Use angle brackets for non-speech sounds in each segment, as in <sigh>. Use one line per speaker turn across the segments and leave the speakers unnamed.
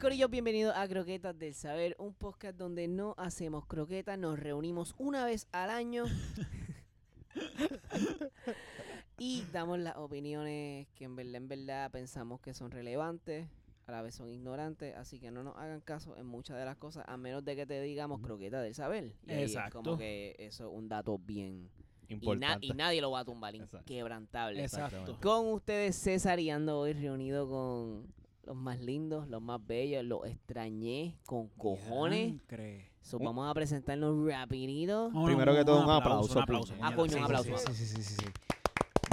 Corillo, bienvenido a Croquetas del Saber, un podcast donde no hacemos croquetas, nos reunimos una vez al año
<laughs>
y damos las opiniones que en verdad, en verdad pensamos que son relevantes, a la vez son ignorantes, así que no nos hagan caso en muchas de las cosas, a menos de que te digamos croquetas del saber. Y ahí Es
Exacto.
como que eso es un dato bien... Y, na-
Importante.
y nadie lo va a tumbar,
Exacto.
inquebrantable.
Exacto.
Con ustedes César y ando hoy reunido con los más lindos, los más bellos, los extrañé con cojones.
Diancre.
So, vamos a presentarnos rapidito.
No, no,
Primero que todo, un aplauso,
Un aplauso.
puñeta.
puñeta.
Ah, coño, un
Sí, sí,
aplauso.
Sí, sí, sí, sí, sí.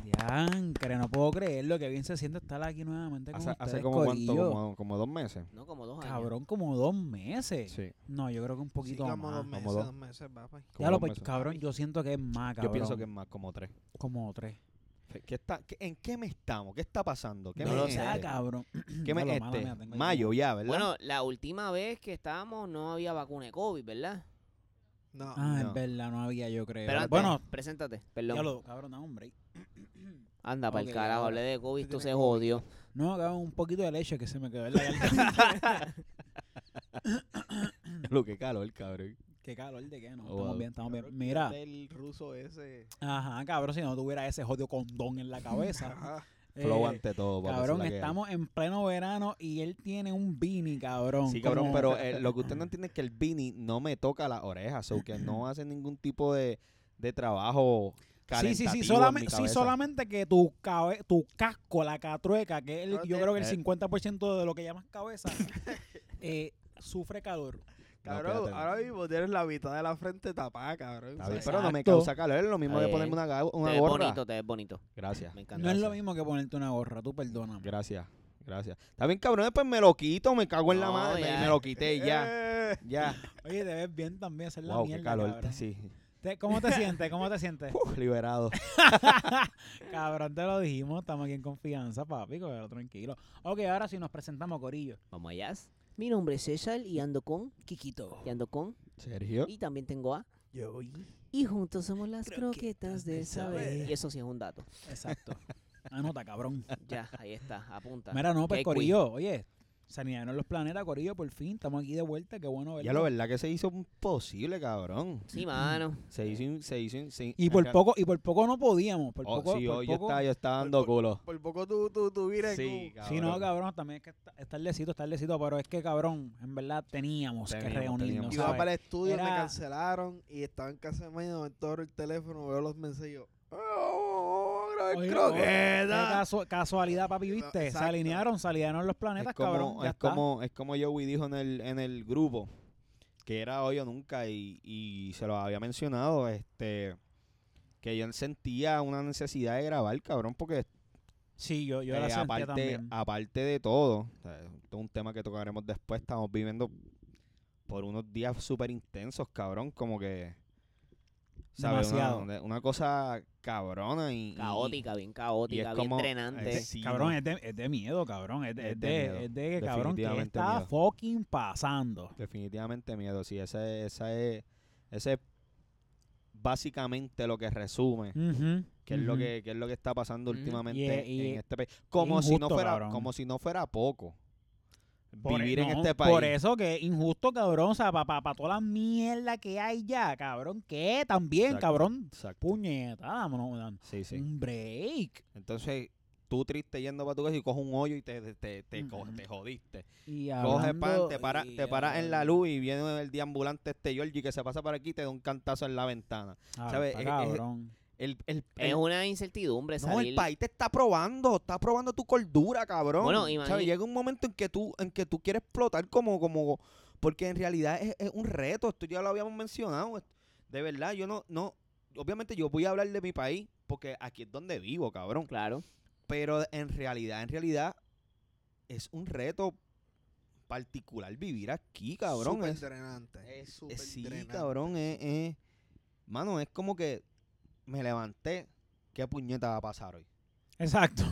Diancre, no puedo creerlo. Que bien se siente estar aquí nuevamente con
Hace,
ustedes,
hace como cuánto,
corillo.
como, como dos meses.
No, como dos años.
Cabrón, como dos meses.
Sí.
No, yo creo que un
Sí,
poquito
como
más.
dos
como
meses,
dos.
dos meses, papá.
Ya
como
lo,
dos
pues,
meses.
cabrón, yo siento que es más,
Yo
cabrón.
pienso que es más como tres.
Como tres.
¿Qué está, qué- ¿En qué me estamos? ¿Qué está pasando? ¿Qué
no
me
lo
es
sé,
este?
cabrón.
¿Qué me
Diablo,
es
mala mía,
este?
tengo ahí
Mayo
como-
ya, ¿verdad?
Bueno, la última vez que estábamos no había vacuna de COVID, ¿verdad?
No.
Ah,
No.
en verdad, no había, yo creo.
Pero antes,
Eh, bueno,
preséntate,
ya
perdón.
lo, cabrón, no, hombre.
Anda, para el
Ok,
carajo,
ahora.
hablé de COVID,
Tú
tú
tienes
se
COVID.
jodió.
No, cabrón, un poquito de leche que se me quedó en la garganta.
<laughs>
<laughs>
Lo que calor, cabrón.
qué calor de qué, no.
Oh, wow.
estamos bien, estamos bien.
Cabrón,
Mira.
fíjate El ruso ese.
Ajá, cabrón, si no tuviera ese jodido condón en la
<laughs>
cabeza.
Ajá.
eh,
Flow ante todo. papi,
Cabrón,
esa es la que hay.
estamos en pleno verano y él tiene un beanie, cabrón.
Sí, cabrón,
como-
pero eh, lo que usted no entiende es que el Vini no me toca las orejas, o que no hace ningún tipo de, de trabajo
Sí, sí,
calentativo
sí,
en
solame- sí,
mi cabeza.
solamente que tu, cabe- tu casco, la catrueca, que es el- yo
Espérate.
creo que el
Eh.
50% de lo que llamas
<laughs>
cabeza, eh, sufre calor.
Cabrón,
espérate.
ahora mismo tienes la mitad de la frente tapada, cabrón.
Está
O sea,
bien, pero no me
Exacto. Eh,
causa calor, es lo mismo
Está
de ponerme una, ga- una
te ves
gorra.
bonito, te ves bonito.
Gracias.
Me encanta.
No es lo
Gracias.
mismo que ponerte una gorra, tú perdóname.
Gracias, gracias. Está bien, cabrón, después me lo quito, me cago en la
No,
madre, me-
ya.
me
<laughs>
lo quité y ya.
Eh,
Ya.
Oye, te ves bien también hacer la
Wow,
mierda,
qué calor.
cabrón.
Sí.
Te- ¿Cómo te sientes? ¿Cómo te sientes? <laughs>
Uf, liberado.
Cabrón, te lo dijimos, estamos aquí en confianza, papi, cógelo tranquilo. Ok, ahora sí nos presentamos, Corillo.
Vamos allá. Mi nombre es César y ando con Kikito. Y ando con.
Sergio.
Y también tengo a.
Yo.
Y juntos somos las croquetas,
Croquetas
del
del
saber.
saber.
Y eso sí es un dato.
Exacto. Anota, cabrón.
Ya, ahí está, apunta.
Mira, no, pues
Qué
Corillo, oye, se en los planetas, Corillo, por fin, estamos aquí de vuelta, qué bueno
Ya lo
verlo.
verdad que se hizo imposible, cabrón.
quick. Sí, mano.
Se hizo, in- se hizo, in- se-
Eh. Y por
acá-
poco, y por poco no podíamos, por
Oh,
poco,
sí,
por
hoy yo
poco.
estaba, yo estaba
por-
dando culo.
Por poco tú, tú, tú vienes
Sí,
con-
Sí, no, cabrón, también es que está, está el lecito, está el lecito, pero es que, cabrón, en verdad teníamos, que
Teníamos,
reunirnos,
teníamos.
Iba
¿sabes?
para el estudio, me
Era-
cancelaron y estaba en casa de mañana, me entorno el teléfono, veo los mensajes y yo. ¡Oh, grabar
Oye, Qué
croquetas!
casu- casualidad, papi, ¿viste? Se
Exacto.
alinearon, se alinearon los planetas,
Es como,
cabrón, ya
es,
está.
como, es como Joey dijo en el, en el grupo, que era hoy o nunca, y, y se lo había mencionado, este que yo sentía una necesidad de grabar, cabrón, porque
Sí, yo, yo
eh,
la sentía
aparte,
también.
aparte de todo, o sea, esto es un tema que tocaremos después, estamos viviendo por unos días súper intensos, cabrón, como que... ¿sabes? Una-
Demasiado.
Una, cosa cabrona y... y-
Caótica, bien caótica, bien
como-
drenante.
eh, sí,
Cabrón,
no,
es de, es de miedo, cabrón. Es de,
Es
es
de
de-
miedo.
es de que, cabrón, que
Definitivamente
está
miedo.
fucking pasando.
Definitivamente miedo, sí, esa es, esa es, ese es básicamente lo que resume
Ujú,
qué es lo
ujú.
que, qué es lo que está pasando
Ujú.
últimamente
Y es- y
en
es-
este país. Como si no
injusto,
fuera,
cabrón.
como si no fuera poco.
Por e-
vivir en
no,
este país.
Por eso que es injusto, cabrón. O sea, para toda la mierda que hay ya, cabrón. ¿Qué? También,
Exacto.
cabrón.
Exacto.
Puñeta, vámonos. dan-
Sí, sí.
Un break.
Entonces, tú triste yendo para tu casa y coges un hoyo y te, te, te, te co-
Ujú.
te jodiste.
Y
Coges pan,
hablando-
te paras
y eh,
te paras en la
hablando-
luz y viene el deambulante este Georgie que se pasa por aquí y te da un cantazo en la ventana.
Ah,
¿sabes?
pa'
Es- es-
Cabrón.
El, el,
es
el-
una incertidumbre
no,
salir.
el país te está probando, está probando tu cordura, cabrón.
Bueno,
¿Sabes?
imagi-
Llega un momento en que tú, en que tú quieres explotar como, como, porque en realidad es, es un reto. Esto ya lo habíamos mencionado. Es- De verdad, yo no, no, obviamente yo voy a hablar de mi país porque aquí es donde vivo, cabrón.
Claro.
Pero en realidad, en realidad, es un reto particular vivir aquí, cabrón.
Súper
Es,
drenante.
es-
súper
sí,
drenante.
cabrón, es, es- Mano, es como que me levanté. ¿Qué puñeta va a pasar hoy?
Exacto.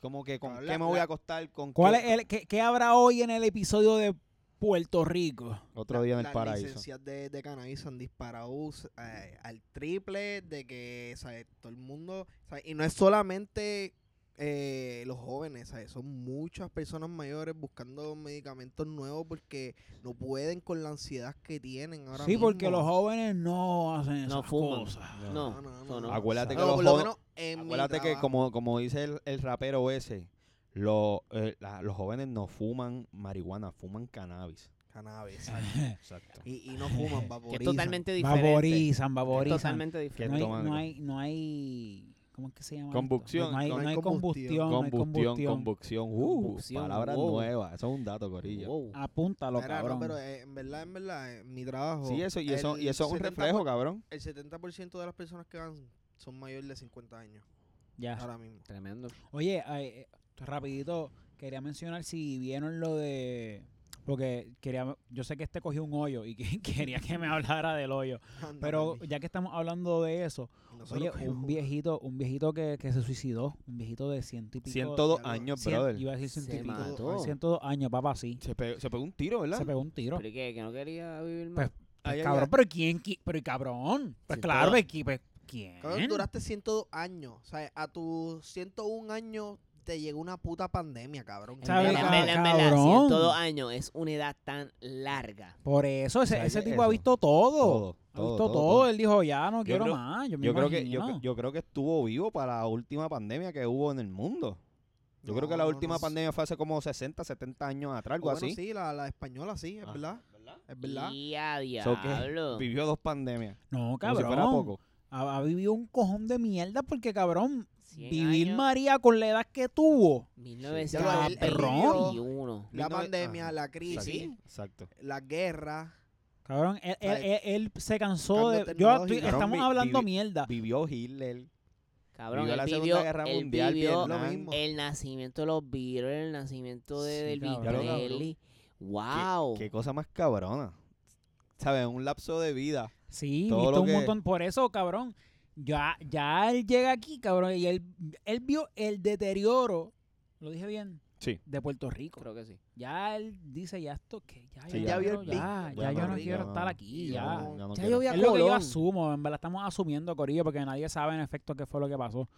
Como que con
Habla-
qué me voy a
la-
acostar, con
¿Cuál
qué-
es el, qué, qué habrá hoy en el episodio de Puerto Rico?
Otro día en el
las
paraíso.
licencias de, de cannabis han disparado eh, al triple de que ¿sabes? todo el mundo ¿sabes? y no es solamente eh, los jóvenes, ¿sabes? son muchas personas mayores buscando medicamentos nuevos porque no pueden con la ansiedad que tienen ahora
Sí, porque
mismo.
los jóvenes no hacen esas
No fuman.
cosas.
No,
Ah, No, no,
eso
no.
no.
Acuérdate que
No,
los
por lo
jóvenes-
menos en mi
Acuérdate que
trabajo.
como, como dice el, el rapero ese, lo- eh, la- los jóvenes no fuman marihuana, fuman cannabis.
Cannabis.
Exacto.
Y, y
<laughs>
no fuman,
Que es
vaporizan.
totalmente diferente.
Vaporizan,
Es
vaporizan.
totalmente
Que
diferente.
No hay,
toman-
no hay, no hay, ¿cómo es que se llama? esto?
Combustión,
No hay,
con-
no hay combustión,
combustión.
no hay
Combustión,
combustión.
convicción. Uh,
Convicción,
palabras
wow.
nuevas. Eso es un dato, Corillo.
Wow.
Apúntalo,
Mira, no,
cabrón.
pero eh, en verdad, en verdad, en mi trabajo.
Sí, eso, y eso, y
el
eso es un
70%
reflejo, cabrón.
El 70% de las personas que van son mayores de 50 años
Ya. <laughs>
ahora mismo. <laughs>
Tremendo.
Oye, ay, eh, rapidito, quería mencionar si vieron lo de... Porque quería, yo sé que este cogió un hoyo y que- <laughs> quería que me hablara del hoyo.
Anda,
Pero
mami.
ya que estamos hablando de eso,
Y nosotros
oye,
cogimos
un viejito, un viejito que, que se suicidó, un viejito de ciento y pico.
102
diablo,
años,
cien-
brother.
Iba a decir
Se
ciento y pico.
mató.
102 años, papá, sí.
Se pegó, se pegó un tiro, ¿verdad?
Se pegó un tiro.
¿Pero y qué? ¿Que no quería vivir
Pues,
más?
Pues,
Ay, ay,
cabrón,
ay.
pero ¿quién? qui- Pero ¿y cabrón? Pues
Si
claro,
todo-
pues, qui- pues, ¿quién?
Cabrón, duraste 102 años. O sea, a tus 101 años te llegó una puta pandemia, cabrón.
En
¿Sabe,
verdad, en verdad, en verdad,
cabrón?
102 años es una edad tan larga.
Por eso, ese,
sea,
ese
yo-
tipo ha
eso.
visto todo.
Todo,
ha
todo,
visto
todo,
todo,
todo.
Él dijo, ya no quiero
creo-
más. Yo, me
Yo creo, que, yo,
imagino.
yo creo que estuvo vivo para la última pandemia que hubo en el mundo. Yo creo que la
No,
última
no sé.
pandemia fue hace como 60, 70 años atrás,
O
algo
bueno,
así.
sí, la, la española sí, es
Ah.
verdad. Es verdad.
Y a
So que
diablo.
Vivió dos pandemias.
No,
Como si
cabrón.
fuera poco.
Ha, ha vivido un cojón de mierda porque, cabrón,
100
vivir
años,
María con la edad que tuvo.
Ya lo- él- él
1921.
La
Mil nove-
pandemia,
Ajá,
la
Exacto.
crisis,
Exacto.
la guerra.
Cabrón, él, él,
Ay,
él- él se cansó
cambio
de... Yo
tecnológico.
estoy-
Cabrón,
estamos
vi-
hablando
vivi-
mierda.
Vivió Hitler.
Cabrón,
vivió
él
la Segunda
vivió-
Guerra
él
Mundial,
vivió
Lo
Vietnam.
mismo.
el nacimiento de los Beatles, el nacimiento de,
Sí,
del
cabrón.
Ya lo cabrón.
Vitrelli.
Qué-
Oh.
¡Wow!
Qué, cosa más cabrona. ¿Sabes? Un lapso de vida.
Sí,
Todo
viste
lo
un
que-
montón. Por eso, cabrón, ya, ya él llega aquí, cabrón, y él, él vio el deterioro, lo dije bien,
Sí.
de Puerto Rico.
Creo que sí.
Ya él dice, ya esto que ya,
Sí,
yo
ya
no
vio
quiero-
el pic.
ya,
Ya
ya yo
Puerto
no
Rico,
quiero
ya
estar
no.
aquí,
Y
ya.
no-
Ya
quiero.
yo vi a
Es lo que yo
Colón.
asumo, en verdad estamos asumiendo, Corillo, porque nadie sabe en efecto qué fue lo que pasó.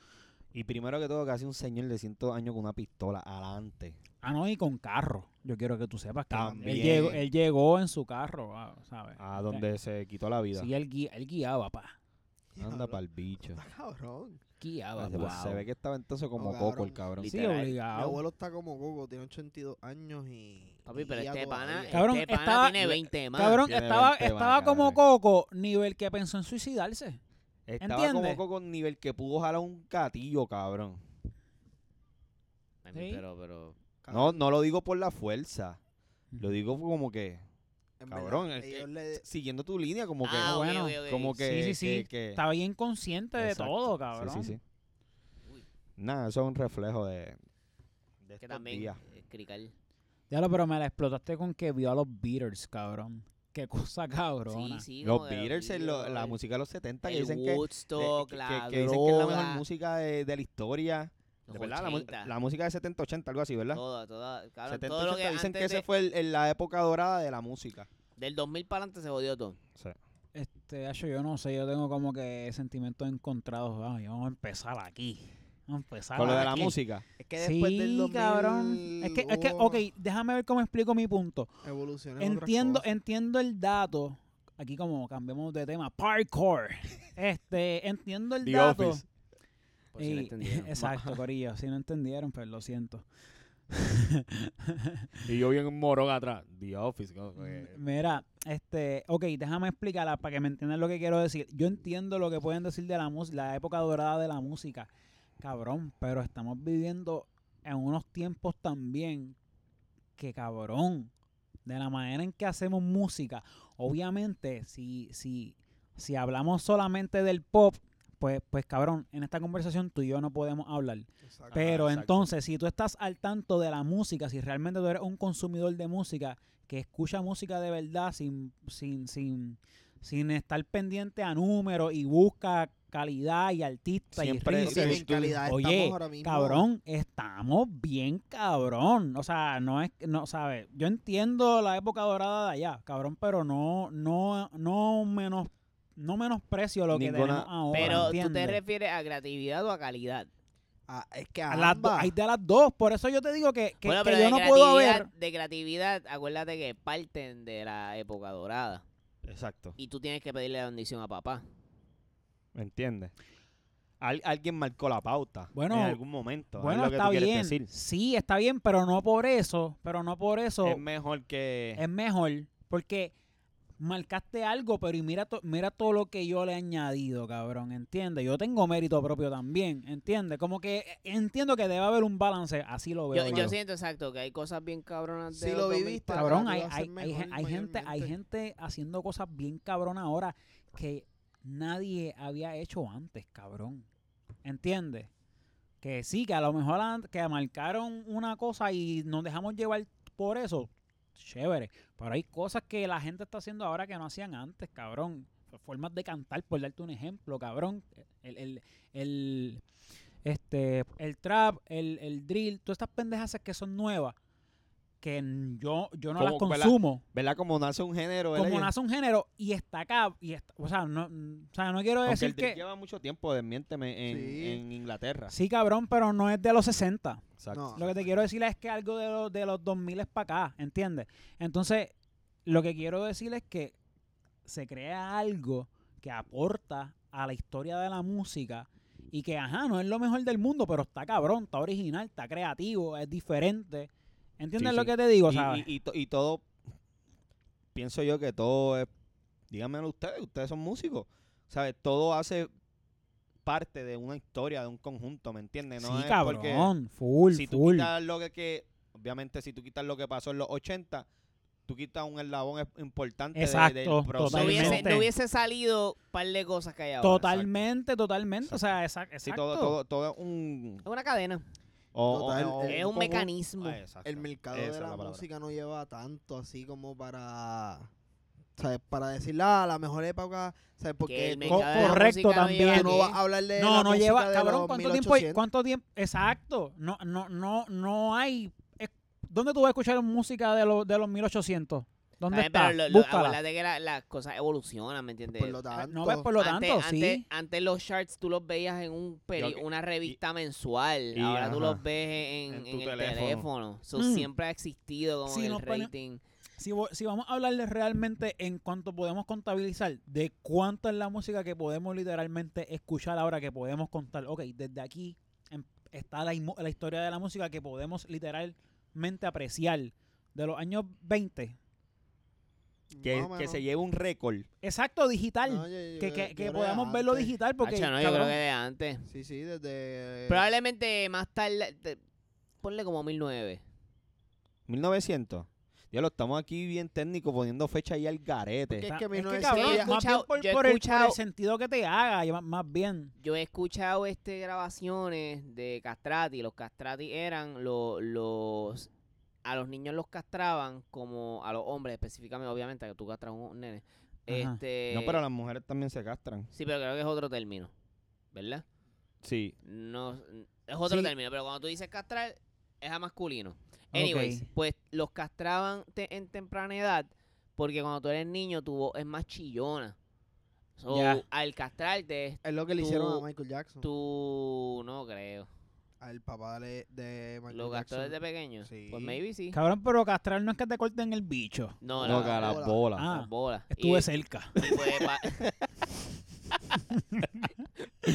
Y primero que todo, casi un señor de 100 años con una pistola adelante.
Ah, no, y con carro. Yo quiero que tú sepas que
También.
él llegó, él llegó en su carro, ah, ¿sabes?
A donde se quitó la vida.
Sí, él, gui- él guiaba, pa.
Anda
Diablo,
pa'l bicho.
Está cabrón.
Guiaba,
Pues
Ah, guau.
Se ve que estaba entonces como
No,
coco el cabrón.
cabrón.
Sí,
literal.
Mi
obligado.
abuelo está como Gogo, tiene 82 años y.
Papi, pero
y ya
este pana,
todavía.
Cabrón,
este pana
estaba-
tiene 20 más.
Cabrón,
tiene
estaba,
20
estaba como
bancales.
Coco, nivel que pensó en suicidarse.
Estaba
¿Entiendes?
como coco nivel que pudo jalar un gatillo, cabrón.
Ay, mi,
Sí.
Pero, pero...
No, no lo digo por la fuerza. Lo digo como que
En
cabrón,
verdad,
es que-
ellos le-
siguiendo tu línea, como que.
ah, ok,
bueno,
ok, ok.
como que.
Sí, sí, sí.
que- que-
Estaba bien consciente de
Exacto.
todo,
Sí,
cabrón.
Sí, sí,
Uy.
Nada, eso es un reflejo de. de
Que
estos
también,
días.
eh, crical.
Ya lo, pero me la explotaste con que vio a los Beaters, cabrón. Qué cosa cabrona.
Sí, sí.
Los
como que
Beatles, el- lo- la música de los 70, que
el
dicen que,
Woodstock,
que- que-
la
que dicen que es la mejor
droga,
música de, de la historia.
los
De verdad, la, mu-
80,
la música de 70, 80, algo así, ¿verdad?
Toda, toda. Cabrón,
70,
todo lo
80,
que
dicen que
antes
esa
de-
fue el- el- la época dorada de la música.
del 2000 para adelante se jodió todo.
Este, Acho, yo no sé, yo tengo como que sentimientos encontrados. Vamos, y vamos a empezar aquí. Vamos a empezar
Con lo de la
aquí.
música.
Es que después
sí,
del 2000
cabrón. Es que, es que,
hubo-
ok, déjame ver cómo explico mi punto.
evolucionó en otras
Entiendo,
cosas.
entiendo el dato. Aquí como cambiamos de tema, parkour. <laughs> Este, entiendo el
The
dato.
Office.
Por Pues si no
Y-
entendieron.
<laughs>
<laughs>
Exacto, Corillo. Si no entendieron, pues lo siento.
Y yo vi un morón atrás. The Office. Mm.
Mira, este, ok, déjame explicarla para que me entiendan lo que quiero decir. Yo entiendo lo que pueden decir de la música, la época dorada de la música. Cabrón, pero estamos viviendo en unos tiempos también que cabrón, de la manera en que hacemos música. Obviamente, si, si, si hablamos solamente del pop, pues, pues cabrón, en esta conversación tú y yo no podemos hablar.
Exacto.
Pero
exacto.
entonces, si tú estás al tanto de la música, si realmente tú eres un consumidor de música que escucha música de verdad sin, sin, sin, sin estar pendiente a números y busca calidad y artista
Siempre-
y
Sí,
ritmo.
Tú-
en calidad
Oye,
estamos ahora mismo.
Cabrón, estamos bien cabrón. O sea, no es, no, sabes, yo entiendo la época dorada de allá, cabrón, pero no, no, no menos, no menosprecio lo
Ninguna-
que tenemos ahora.
Pero tú te
¿entiendes?
refieres a creatividad o a calidad.
a- es que a,
A las do-
ambas.
hay de las dos. Por eso yo te digo que, que-
Bueno,
que
pero
yo
de
no puedo
creatividad-
ver.
De creatividad, acuérdate que parten de la época dorada.
Exacto.
Y tú tienes que pedirle la bendición a papá.
¿Me entiendes? Al- alguien marcó la pauta
Bueno,
en algún momento. es
Bueno,
lo que
está
tú quieres
bien.
decir.
Sí, está bien, pero no por eso. Pero no por eso.
Es mejor que...
es mejor porque marcaste algo, pero y mira, to- mira todo lo que yo le he añadido, cabrón, ¿entiendes? Yo tengo mérito propio también, ¿entiendes? Como que eh, entiendo que debe haber un balance, así lo veo.
Yo,
Yo,
yo siento exacto que hay cosas bien cabronas de
Sí lo
los 2000
viviste,
para
Cabrón,
Ahora
hay,
tú vas a
hay,
ser
hay gen-
mejor
hay gente, hay
mayormente.
gente haciendo cosas bien cabronas ahora que nadie había hecho antes, cabrón. ¿Entiendes? Que sí, que a lo mejor an- que marcaron una cosa y nos dejamos llevar por eso. Chévere. Pero hay cosas que la gente está haciendo ahora que no hacían antes, cabrón. Formas de cantar, por darte un ejemplo, cabrón. El, el, el- este, el trap, el, el drill, todas estas pendejas que son nuevas, que n- yo, yo no las
Como que la-
consumo
¿Verdad? Como nace un género. ¿verdad?
como
Y-
nace un género y está acá y está- o sea no o sea, no quiero
Aunque
decir
el drill
que
lleva mucho tiempo, desmiénteme, en,
Sí.
en Inglaterra.
sí cabrón pero no es de los 60
Exacto.
No.
lo que te quiero decir es que algo de los de los 2000 es para acá ¿entiendes? entonces lo que quiero decir es que se crea algo que aporta a la historia de la música y que ajá no es lo mejor del mundo pero está cabrón está original está creativo es diferente ¿entiendes
Sí,
lo
sí.
que te digo?
Y-
sabes?
y, y to- y todo, pienso yo que todo es, díganmelo ustedes, ustedes son músicos, ¿sabes? Todo hace parte de una historia, de un conjunto, ¿me entiendes? No
sí
es porque
cabrón full
si tú
full
quitas lo que, que- obviamente si tú quitas lo que pasó en los 80, tú quitas un eslabón es- importante de- del
Exacto,
proceso.
No hubiese,
Totalmente.
no hubiese salido un par de cosas que hay ahora.
Totalmente, totalmente. O sea, exa- exacto.
Sí, todo, todo, todo es un...
Es una cadena.
o-
Total,
o- o-
Eh,
Es un
como-
mecanismo.
Ah, exacto.
el mercado
Esa es
de la,
palabra.
música no lleva tanto así como para ¿sabes? para decir la, la mejor época ¿sabes?
que
porque
el
tú-
mercado de la
correcto
música
también.
lleva
tú no
aquí.
vas a hablarle de
No,
la
no
música
lleva,
de
cabrón,
los
¿cuánto tiempo, hay-
1800?
¿cuánto tiempo? Exacto. No, no, no, no hay. es- ¿Dónde tú vas a escuchar música de, los de los 1800? ¿Dónde
¿Sabes?
está?
Pero lo- lo-
Búscala.
acuérdate que la- las cosas evolucionan, ¿me entiendes?
por Pues lo tanto
No ves por lo tanto,
antes, antes,
sí.
antes los charts tú los veías en un peri-
Yo-
una revista mensual.
y,
Ahora tú
ajá,
los ves en,
en tu
en el
teléfono.
teléfono. So,
Mm.
Siempre ha existido como
Sí,
el
nos pone-
rating.
Si, vo- si vamos a hablarles realmente en cuanto podemos contabilizar de cuánto es la música que podemos literalmente escuchar ahora que podemos contar. Ok, desde aquí em- está la, imo- la historia de la música que podemos literalmente apreciar de los años 20.
Que,
Más o
que se
menos.
lleve un récord.
Exacto, digital.
No, yo- yo-
que
yo
que, que
creo
podamos verlo
antes.
digital porque
Hacho, no, yo creo
cabrón,
que de antes.
sí sí desde
Probablemente más tarde. te- ponle como 1009.
1900. Ya lo estamos aquí bien técnico poniendo fecha ahí al
Porque
garete.
es
ta-
que
es que
1900
Yo he
cabrón, más bien
escuchado-
por,
yo he
por el, por el
escuchado-
sentido que te haga, y más, más bien.
Yo he escuchado este grabaciones de castrati. Los castrati eran lo- los... A los niños los castraban como a los hombres específicamente, obviamente, que tú castras un nene.
Ajá.
Este,
No, pero las mujeres también se castran.
Sí, pero creo que es otro término, ¿verdad?
Sí.
No, es otro
Sí.
término, pero cuando tú dices castrar, es a masculino. Anyways,
Ok.
pues los castraban te- en temprana edad porque cuando tú eres niño tu voz es más chillona. So,
Ya. Mm.
al castrarte,
es lo que le
tú-
hicieron a Michael Jackson
tú no creo.
al papá de, de Michael
¿Lo gastó
Jackson
desde pequeño?
Sí.
Pues maybe sí.
Cabrón, pero castrar no es que te corten el bicho.
No,
no,
la,
que a
la,
las
bola.
bolas.
Ah,
las bolas.
estuve
Y-
cerca.
y fue pa-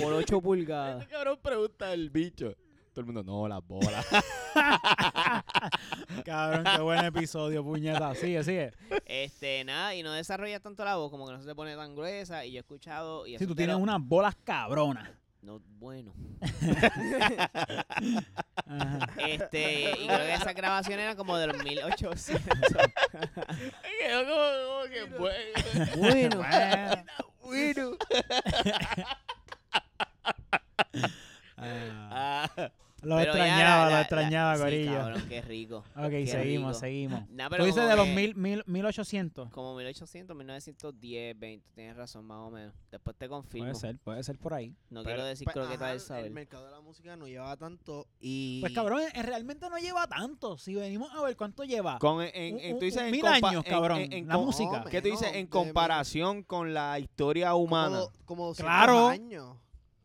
Por 8 pulgadas.
Este cabrón pregunta el bicho. Todo el mundo, no, las <laughs> bolas.
<laughs> Cabrón, qué buen episodio, puñeta. Sigue, sigue.
este, nada, y no desarrolla tanto la voz, como que no se te pone tan gruesa. Y yo he escuchado. Y
Si
eso
tú
te lo-
tienes unas bolas
<laughs>
cabronas.
No, bueno.
Ajá.
Este, y creo que esa grabación era como
<laughs>
de los 1800. Quedó como, como que bueno.
<laughs> Bueno.
<laughs> bueno.
Ah,
<laughs>
Ah, pero
lo
ya
extrañaba,
la-
lo
la-
extrañaba,
sí,
Corillo.
cabrón, qué rico.
ok,
qué
seguimos,
rico.
seguimos.
Nah,
Tú
pero
dices
como
de los
que-
mil, mil, 1800.
Como 1800, 1910, 20. Tienes razón, más o menos. Después te confirmo.
Puede ser, puede ser por ahí.
No
Pero-
quiero decir
Pues,
croqueta
ajá,
del saber.
el mercado de la música no lleva tanto y
Pues cabrón, eh, realmente no lleva tanto. Si venimos a ver cuánto lleva.
Con, en,
Un-
en-
un-
tú dices
un
en
mil
compa-
años,
en-
cabrón.
en- en
la
com-
música.
hombre.
¿Qué tú dices?
Menos
En
de-
comparación con la historia humana.
como, como
Claro.
200 años.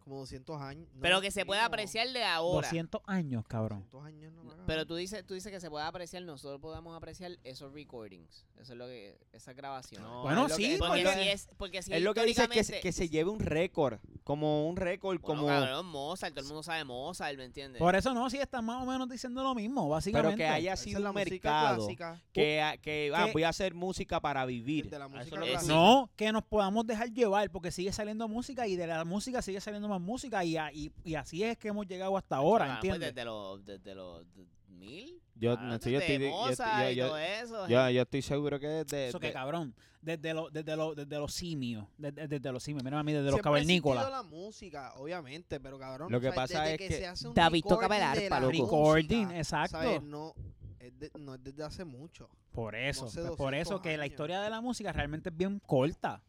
Como Como 200 años. no,
pero que se
sí,
pueda
como
apreciar de ahora.
200 años, cabrón.
200 años no me hagas.
Pero tú dices, tú dices que se pueda apreciar, nosotros podamos apreciar esos recordings. Eso es lo que, esa grabación.
No,
Bueno,
es lo
sí,
que-
porque,
porque-
si es, porque si
Es lo que dice que se,
históricamente-
que se lleve un récord. Como un récord,
Bueno,
como.
cabrón, Mozart, todo el mundo sabe Mozart, ¿me entiendes?
Por eso no, sí están más o menos diciendo lo mismo, básicamente.
pero que haya
Esa es
sido
la
un
música
mercado.
clásica.
Que, a- que ah,
Que-
voy a hacer música para vivir.
De la
A eso
música
es lo que-
clásica.
No,
No, que nos podamos dejar llevar, porque sigue saliendo música y de la música sigue saliendo más música y, a- y, y así es que hemos llegado hasta ahora,
Bueno, pues,
¿entiendes?
desde los, desde los de- mil.
yo,
ah,
no,
desde
sí, yo estoy, yo- yo-
Mozart y
yo-
todo eso,
yo-
gente.
yo estoy seguro que desde.
Eso que
de-
cabrón, desde, lo- desde, lo- desde los simios, desde, desde los simios, mira a mí, desde los
Siempre ha existido
cavernícolas.
la música, obviamente, pero cabrón.
Lo que
¿sabes?
pasa
Desde
es que-
se hace un
David toca
recording
el
de la
arpa, loco.
música,
Recording, exacto.
¿sabes? No, es de- no es desde hace mucho.
Por eso,
sé,
pues, por
200
eso que la
años.
historia de la música realmente es bien corta.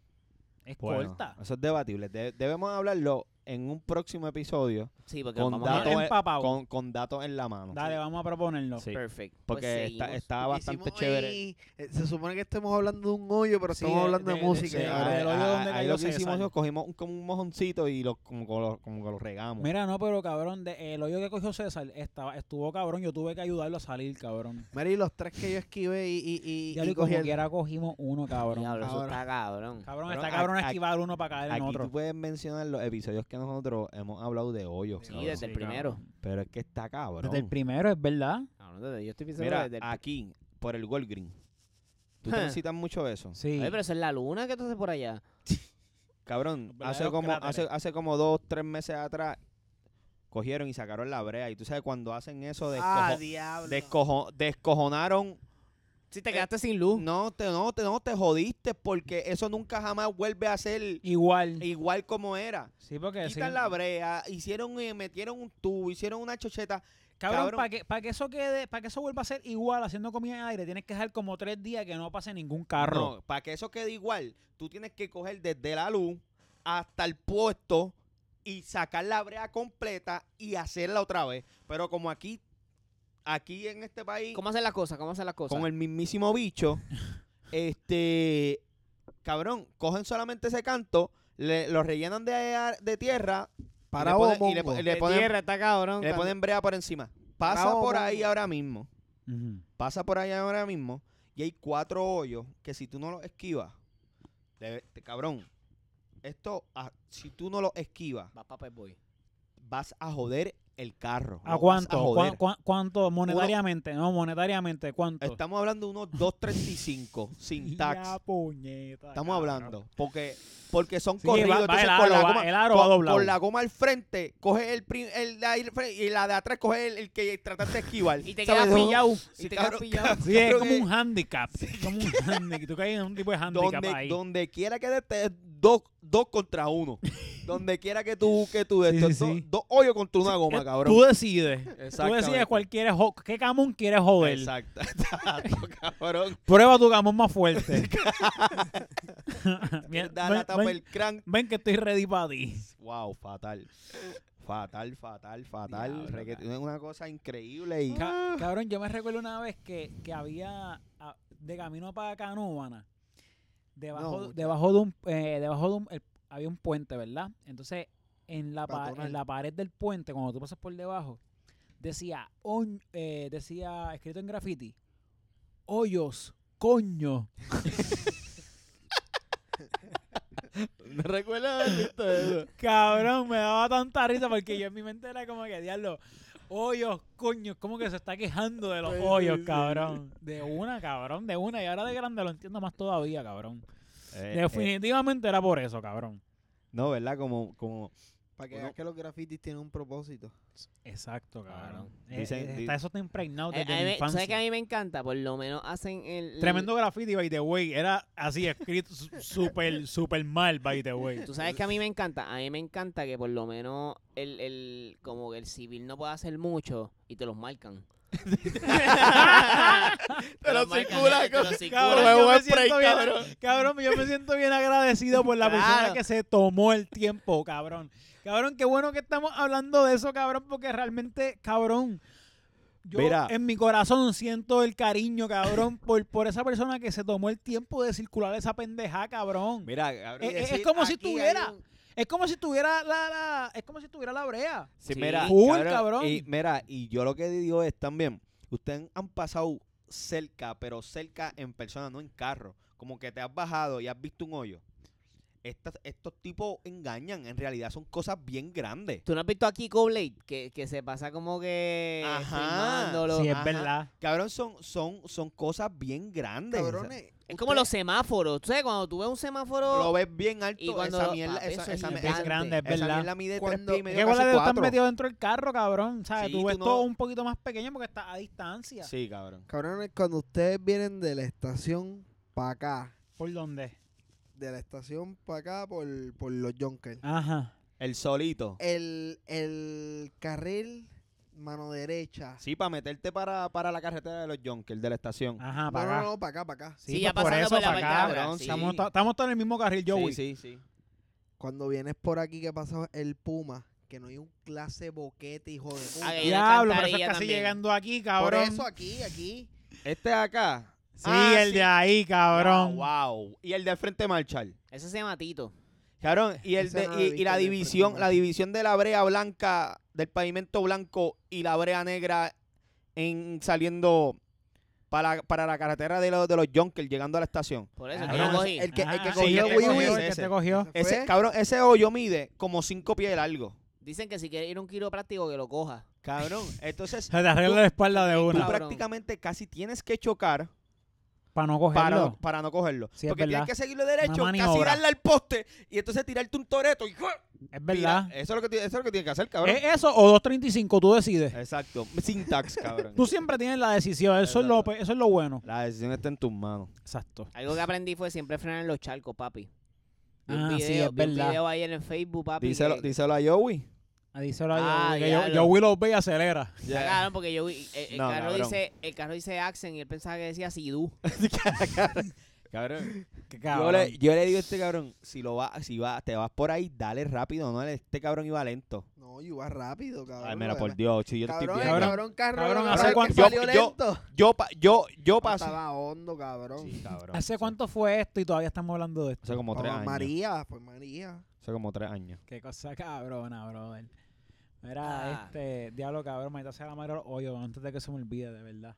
Es
Bueno,
corta.
Eso es debatible. De- debemos hablarlo en un próximo episodio
Sí, porque
con
vamos a
dato-
datos,
hablar-
hablar. Empapado.
con, con datos en la mano.
Ah, Dale, vamos a proponerlo.
Sí,
Perfect. Pues
Porque está,
seguimos.
está
Porque
bastante
hicimos
chévere.
ahí- eh, se supone que estemos hablando de un hoyo, pero
Sí,
estamos
de-
hablando de,
de- de-
música.
sí,
cabrón.
de- del hoyo
ah,
donde
ahí
cayó
lo que hicimos
César.
es cogimos un, como un mojoncito y lo, como, como lo, como que lo regamos.
Mira, no, pero cabrón, de- el hoyo que cogió César estaba, estuvo cabrón, yo tuve que ayudarlo a salir, cabrón.
Mary, los tres que yo esquivé y, y, y,
Ya
y
lo
cogí
como
el-
quiera cogimos uno, cabrón.
Diablo, eso
Ahora.
está cabrón.
Cabrón,
Cabrón,
está
a-
cabrón
a-
esquivar uno para caer en
Aquí
otro.
tú puedes mencionar los episodios que nosotros hemos hablado de hoyos.
Sí,
cabrón.
desde el primero.
Pero es que está cabrón.
Desde el primero, es verdad.
Cabrón, desde- yo estoy pensando
Mira,
desde el-
aquí, por el Gold Green. Tú
Huh.
transitas mucho eso.
Sí.
Oye, pero eso es la luna que tú haces por allá.
Cabrón,
Los
hace
verdaderos
como,
cráteres.
hace, hace como dos, tres meses atrás, cogieron y sacaron la brea. Y tú sabes, cuando hacen eso,
Ah,
descojo-
diablo.
descojo- descojonaron.
Si te quedaste sin luz.
No te, no, te, no te jodiste porque eso nunca jamás vuelve a ser
Igual.
igual como era.
Sí, porque sí.
Quitan la brea, hicieron, eh, metieron un tubo, hicieron una chocheta.
Cabrón,
cabrón.
para que, para que eso quede, para que eso vuelva a ser igual haciendo comida en aire, tienes que dejar como tres días que no pase ningún carro.
No, para que eso quede igual, tú tienes que coger desde la luz hasta el puesto y sacar la brea completa y hacerla otra vez. Pero como aquí, aquí en este país,
¿Cómo hacen las cosas? ¿Cómo hacen las cosas?
con el mismísimo bicho,
<laughs>
este, cabrón, cogen solamente ese canto, le- lo rellenan de, ar- de tierra
Para
y le ponen,
Omongo.
y le po- y le
De
ponen-
tierra está cabrón.
le
tan-
ponen brea por encima. Pasa
Bravo,
por
Mongo.
ahí ahora mismo,
Ujú.
pasa por ahí ahora mismo y hay cuatro hoyos que si tú no los esquivas, te- te- cabrón, esto, ah, si tú no los esquivas,
Va pa' pues, Pep Boy.
vas a joder el carro. lo
¿A
vas
cuánto?
a
¿Cuán-
joder.
cuán- ¿Cuánto? Monetariamente, no, monetariamente, ¿cuánto?
Estamos hablando de unos 2.35 sin tax.
<laughs> Ya, puñeta,
Estamos
cabrón.
hablando. Porque, porque son
Sí,
corridos.
va- va
entonces,
el
con,
aro,
la
va-
goma,
el aro
con-
va doblado.
con la goma al frente, coge el, prim- el de ahí al frente y la de atrás coge el, el que trataste de esquivar.
Y te
¿Sabes?
quedas
<laughs>
pillado.
Sí,
y te quedas
cabrón,
pillado.
Sí, es
Creo
como
que-
un handicap. Como un handicap. Tú caes en un tipo de handicap
Donde,
ahí.
donde quiera que estés, dos, dos contra
<laughs>
uno. donde quiera que tú, que tú
Sí,
estés,
sí, sí.
dos, dos hoyos contra una goma,
Eh,
cabrón.
Tú decides. Tú decides
Exactamente.
cuál quieres, jo- qué camón quieres joder.
Exacto, <laughs> exacto, cabrón.
Prueba tu gamón más
<laughs>
fuerte. <laughs> Mira,
Dale a
ven,
tapa
ven-
el crank.
ven que estoy ready para ti.
Wow, fatal. Fatal, fatal, fatal.
Diablo,
Reguet- Es una cosa increíble y...
Ca- cabrón, yo me recuerdo una vez que, que había ah, de camino para Canóvana,
No,
debajo,
muchacho.
debajo de un, eh, debajo de un el- había un puente, ¿verdad? Entonces, en la, pa-
Patronal.
en la pared del puente, cuando tú pasas por debajo, decía, oñ- eh, decía, escrito en graffiti, hoyos, coño.
¿Me recuerdas haber visto eso?
Cabrón, me daba tanta risa porque yo en mi mente era como que, diablo, hoyos, coño, como que se está quejando de los
Sí, sí,
hoyos,
sí.
cabrón. De una, cabrón, de una. Y ahora de grande lo entiendo más todavía, cabrón.
Eh, eh,
Definitivamente era por eso, cabrón.
no, ¿verdad? Como, como
Para que
Uno-
veas que los grafitis tienen un propósito.
Exacto,
cabrón.
cabrón.
Dicen- di-
eso está impregnado
Eh,
desde
a mí
la
me- ¿Sabes que a
infancia.
mí me encanta? Por lo menos hacen el...
Tremendo graffiti, by the way. Era así, escrito su- <laughs> súper, súper mal, by the way.
Tú sabes que a mí me encanta, a mí me encanta que por lo menos el, el como que el civil no puede hacer mucho y te los
<laughs>
marcan. te
lo circula,
te los circulan.
Cabrón, yo me
cabrón. Buen
siento
break,
bien-
cabrón.
cabrón, yo me siento bien agradecido por la
Claro.
persona que se tomó el tiempo, cabrón. Cabrón, qué bueno que estamos hablando de eso, cabrón, porque realmente, cabrón, yo
Mira.
en mi corazón siento el cariño, cabrón, por, por esa persona que se tomó el tiempo de circular esa pendeja, cabrón.
Mira, cabrón,
Eh,
y
eh, es
decir,
como si
aquí hay
tuviera-
un-
Es Es como si tuviera la, la- es como si tuviera la brea.
Sí,
Sí.
mira,
Full, cabrón.
Y, mira, y yo lo que digo es también, ustedes han pasado cerca, pero cerca en persona, no en carro. Como que te has bajado y has visto un hoyo. Estas- estos tipos engañan, en realidad son cosas bien grandes.
¿Tú no has visto aquí Kiko Blade? Que, que se pasa como que
Ajá.
filmándolo.
Sí, es
ajá.
verdad.
Cabrón, son, son, son cosas bien grandes.
Cabrones.
Es como los
ustedes-
semáforos. ¿Tú sabes? Cuando tú ves un semáforo...
Lo ves bien alto.
Y cuando
esa
lo-
mierda,
papi,
esa,
eso es
esa,
gigante.
esa-
Es grande, es
esa
verdad.
mierda mide
Cuando-
tres pies y medio,
Es que igual
casi
de estar
cuatro.
metido dentro del carro, cabrón. ¿Sabes?
Sí,
tú
tú
ves
no-
todo un poquito más pequeño porque está a distancia.
Sí, cabrón.
Cabrones, cuando ustedes vienen de la estación para acá,
¿Por dónde?
de la estación para acá por, por los Junkers,
Ah.
Ajá.
El solito.
el, el carril mano derecha.
Sí, para meterte para, para la carretera de los Junkers, de la estación.
Ajá,
no, no,
para acá.
no, para acá, para acá.
Sí, ya
pues,
pasando por la
pa'
parte
acá,
de atrás,
cabrón.
sí.
Estamos, to- estamos todos en el mismo carril, Joey.
sí, sí, sí.
Cuando vienes por aquí que pasa el Puma, que no hay un clase boquete, hijo de puta.
Ah, que-
Diablo, pero eso es
Alcantarilla
casi
también.
llegando aquí,
Por
cabrón.
eso ah, aquí, aquí.
Este de acá.
Sí,
Ah,
el
sí.
de ahí,
Ah,
cabrón.
Wow, wow. Y el de frente Marshall.
Ese se llama Tito.
Cabrón, y el
Ese
de,
no lo he
y, y
visto,
la
el de frente
división, la
Marshall.
división de la brea blanca, del pavimento blanco y la brea negra en saliendo para, para la carretera de los de los Junkers, llegando a la estación.
Por eso,
Ah,
que yo
no,
cogí.
el que, el que
Ajá,
cogió
el que
Wii
cogió
Wii.
el que
ese.
te cogió.
Ese fue-
Ese, cabrón, ese hoyo mide como cinco pies de largo.
Dicen que si quieres ir a un quiropráctico que lo coja.
<laughs>
Cabrón, entonces
Se te arregla la espalda de
tú
una
Cabrón.
prácticamente casi tienes que chocar
para no
para,
cogerlo.
no- para no cogerlo.
Sí, es
porque
verdad.
tienes que seguirlo derecho, casi
maniobra.
darle al poste y entonces tirarte un toreto y ¡jua!
Es verdad.
eh,
Eh.
Mira, eso, es lo que, ti- eso es lo que tienes que hacer, cabrón.
¿Es eso o 2.35? Tú decides.
Exacto.
<laughs>
Syntax, cabrón.
Tú siempre tienes la decisión. Eso es lo,
Exacto.
pe- eso es lo bueno.
La decisión está en tus manos.
Exacto.
Algo que aprendí fue siempre frenar en los charcos, papi. Vi un
Ah, sí,
video-
es
vi un
verdad.
video ayer en Facebook, papi.
Díselo,
que-
díselo a Joey.
Ah, díselo a
Ah,
Joey, que yo,
diablo.
Joey los ve y acelera.
Está cabrón, porque yo vi- eh, el, el
No,
carro
cabrón.
dice, el carro dice Axen y él pensaba que decía Sidú.
Eh.
<laughs> Cabrón.
Qué
Yo
cabrón.
le, yo le digo a este cabrón, si lo va, si va, te vas por ahí, dale rápido, no, este cabrón iba lento.
No, yo iba rápido, cabrón.
Ay, mira, por Dios, si yo te estoy
Cabrón, el
viendo.
cabrón, carro.
Cabrón,
cabrón,
¿hace
que
cuánto-
salió
yo-
lento.
Yo, pa- yo, yo paso.
Estaba hondo, cabrón.
Sí, cabrón.
¿Hace
Sí.
cuánto fue esto y todavía estamos hablando de esto?
Hace como
Por
tres años.
María, por María.
Hace como tres años.
Qué cosa cabrona, brother. Mira,
Ah.
este, diablo cabrón, maldita sea la madre del hoyo, antes de que se me olvide, de verdad.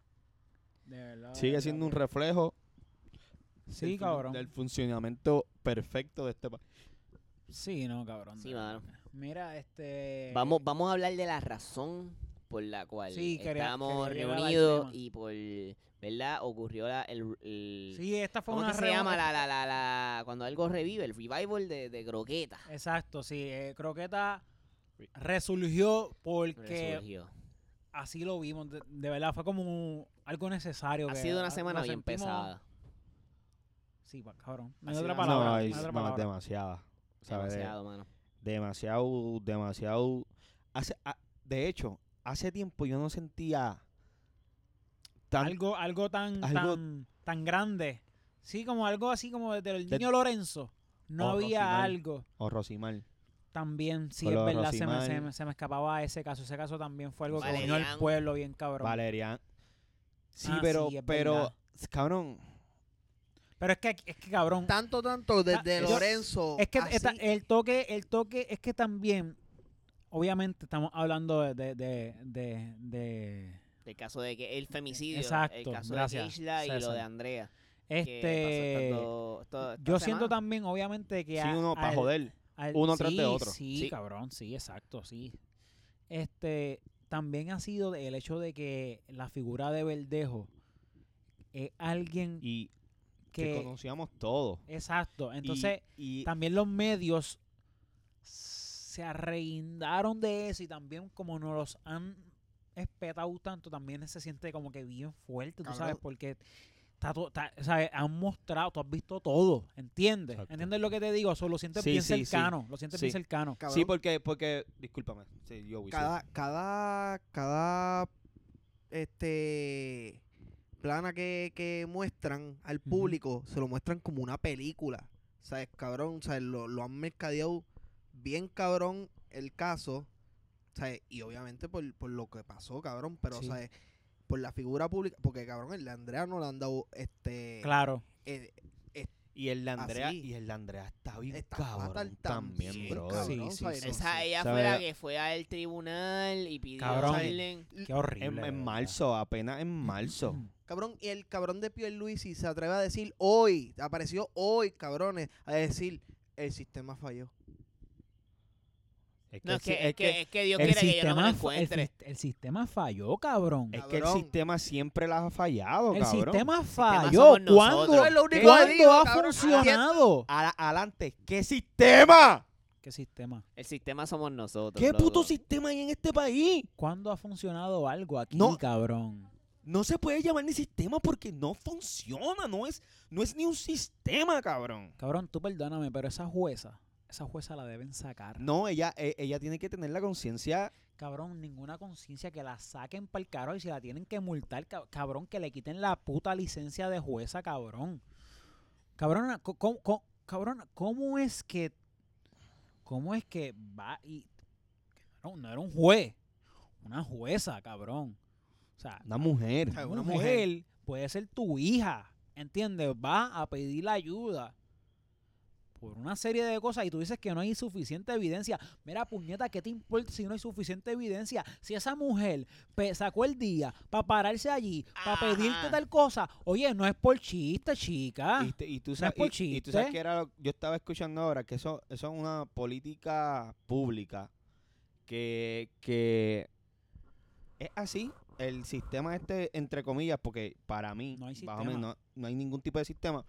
De verdad. de
Sigue
verdad.
siendo un reflejo
Sí,
del fun-
cabrón.
del funcionamiento perfecto de este país.
Sí, no, cabrón.
Sí,
de verdad.
mano.
Mira, este...
Vamos, vamos a hablar de la razón por la cual
Sí, quería-
estamos
quería llegar al
reunidos
tema.
y por, ¿verdad? Ocurrió la, el, el-
Sí, esta fue
¿Cómo
una
que se
reunión-
llama? La, la, la, la- cuando algo revive, el revival de, de Croqueta.
Exacto, sí. eh, croqueta resurgió porque
Resurgió.
así lo vimos. De, de verdad, fue como algo necesario.
Ha
que
sido una
a-
semana
nos
bien
sentimos-
pesada.
Sí, pa- cabrón. No
Ha
hay
sido
otra
una-
palabra.
no,
No, hay
es,
otra
no, es
palabra.
demasiada. ¿sabes? De-
Demasiado, mano.
demasiado, demasiado. Hace, a- de hecho, hace tiempo yo no sentía tan
algo algo tan
algo-
tan tan grande sí como algo así como desde el
De- Oh,
niño Lorenzo no
o
había
Rosimar.
algo
o Rosimar.
también sí
O
es
lo de
verdad se me, se
Rosimar.
me- se me escapaba ese caso ese caso también fue algo que unió
Valerian.
al pueblo bien cabrón
Valerian. Sí,
Ah,
pero,
sí, es
pero,
verdad.
cabrón,
pero es que aquí- es que cabrón
Tanto, tanto, desde
yo-
Lorenzo.
es que
así,
esta- eh, el toque el toque es que también obviamente estamos hablando de de, de, de- de-
El caso de que el femicidio, el
Exacto,
caso de
gracias,
Keishla y lo
César.
de Andrea. que pasó
este
estas dos- estas- esta
yo siento
semana.
también obviamente que
sí
a-
uno para
al-
joder.
Al-
Uno tras de
sí,
otro.
Sí,
Sí.
cabrón, sí, exacto, sí. Este, también ha sido de- el hecho de que la figura de Verdejo es alguien
Y que,
que...
conocíamos todo.
exacto,
Y-
entonces
y,
también los medios se arreindaron de eso y también como nos los han espetado tanto, también se siente como que bien fuerte, tú sabes,
Cabrón.
porque... Está to- está- sabes, han mostrado, tú has visto todo, ¿entiendes?
Exacto.
¿Entiendes lo que te digo? Eso lo sientes
Sí,
bien
sí, sí.
cercano, lo sientes bien
Sí.
cercano.
cabrón,
sí, porque, porque, discúlpame. Sí, yo, Wisin.
cada, cada, cada, este, plana que, que muestran al
Ujú.
público, se lo muestran como una película. ¿Sabes, cabrón? ¿Sabes? Lo, lo han mercadeado bien cabrón el caso. ¿Sabes? Y obviamente por, por lo que pasó, cabrón. Pero,
Sí.
¿sabes? Por la figura pública. Porque, cabrón, el de Andrea no le han dado, este...
Claro.
eh, eh,
Y el de Andrea,
Así.
y el de Andrea está bien
Está
cabrón
fatal
también,
también,
bro.
cabrón,
Sí, sí,
¿sabes?
sí.
O
Esa,
sea,
ella
¿sabe?
fue la que fue al tribunal y pidió
Cabrón.
Silent.
Qué horrible.
En,
de
en
verdad.
marzo, apenas en marzo.
<clears throat>
Mm. Cabrón, y el cabrón de Pierluisi se atreve a decir hoy, apareció hoy, cabrones, a decir, el sistema falló.
Es que,
No, es
sí,
que, es que, es que Dios
El
quiere que yo no me lo
sistema, fa- el,
encuentre.
sis- el sistema falló, cabrón.
es que el
Cabrón.
sistema siempre las ha fallado,
El
cabrón.
sistema falló.
somos nosotros.
¿Cuándo,
Yo es
lo único que
¿cuándo
digo,
ha
cabrón?
funcionado?
Ala- adelante, ¿qué sistema?
¿Qué sistema?
El sistema somos nosotros.
¿Qué
loco.
puto sistema hay en este país?
¿Cuándo ha funcionado algo aquí,
No.
cabrón?
No se puede llamar ni sistema porque no funciona, no es, no es ni un sistema, cabrón.
Cabrón, tú perdóname, pero esa jueza, esa jueza la deben sacar.
No, ella, e- ella tiene que tener la conciencia.
Cabrón, ninguna conciencia que la saquen para el caro y si la tienen que multar, ca- cabrón, que le quiten la puta licencia de jueza, cabrón. Cabrón, co- co- co- cabrón, ¿cómo es que. ¿Cómo es que va y. No, no era un juez, una jueza, cabrón. O sea,
Una mujer.
Ay,
una
una
mujer,
mujer.
puede ser tu hija, ¿entiendes? Va a pedir la ayuda por una serie de cosas y tú dices que no hay suficiente evidencia. Mira, puñeta, ¿qué te importa si no hay suficiente evidencia? Si esa mujer pe- sacó el día para pararse allí, para
Ajá.
pedirte tal cosa, oye, no es por chiste, chica.
Y, te- y
Ah,
tú
no es
sabes,
por
y- y tú
chiste.
sabes que era lo- yo estaba escuchando ahora que eso, eso es una política pública que, que es así. El sistema este, entre comillas, porque para mí,
No hay
bajo mí,
sistema.
no- no hay ningún tipo de sistema.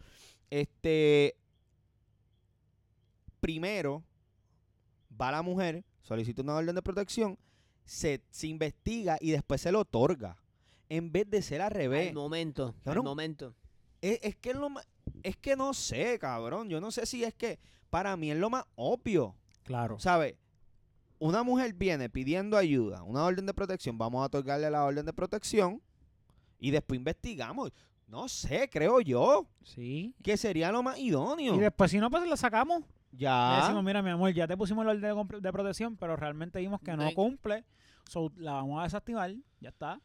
Este, primero va la mujer, solicita una orden de protección, se, se investiga y después se le otorga. En vez de ser al revés.
Al momento. Al
Cabrón.
momento.
Es, es que es lo más, es que no sé, cabrón. Yo no sé si es que para mí es lo más obvio.
Claro.
¿Sabes? Una mujer viene pidiendo ayuda, una orden de protección, vamos a otorgarle la orden de protección y después investigamos. No sé, creo yo
Sí.
que sería lo más idóneo.
Y después, si no, pues la sacamos. Le decimos,
ya.
mira, mi amor, ya te pusimos la orden de compro- de protección, pero realmente vimos que no
Ven.
cumple. So, la vamos a desactivar. Ya está.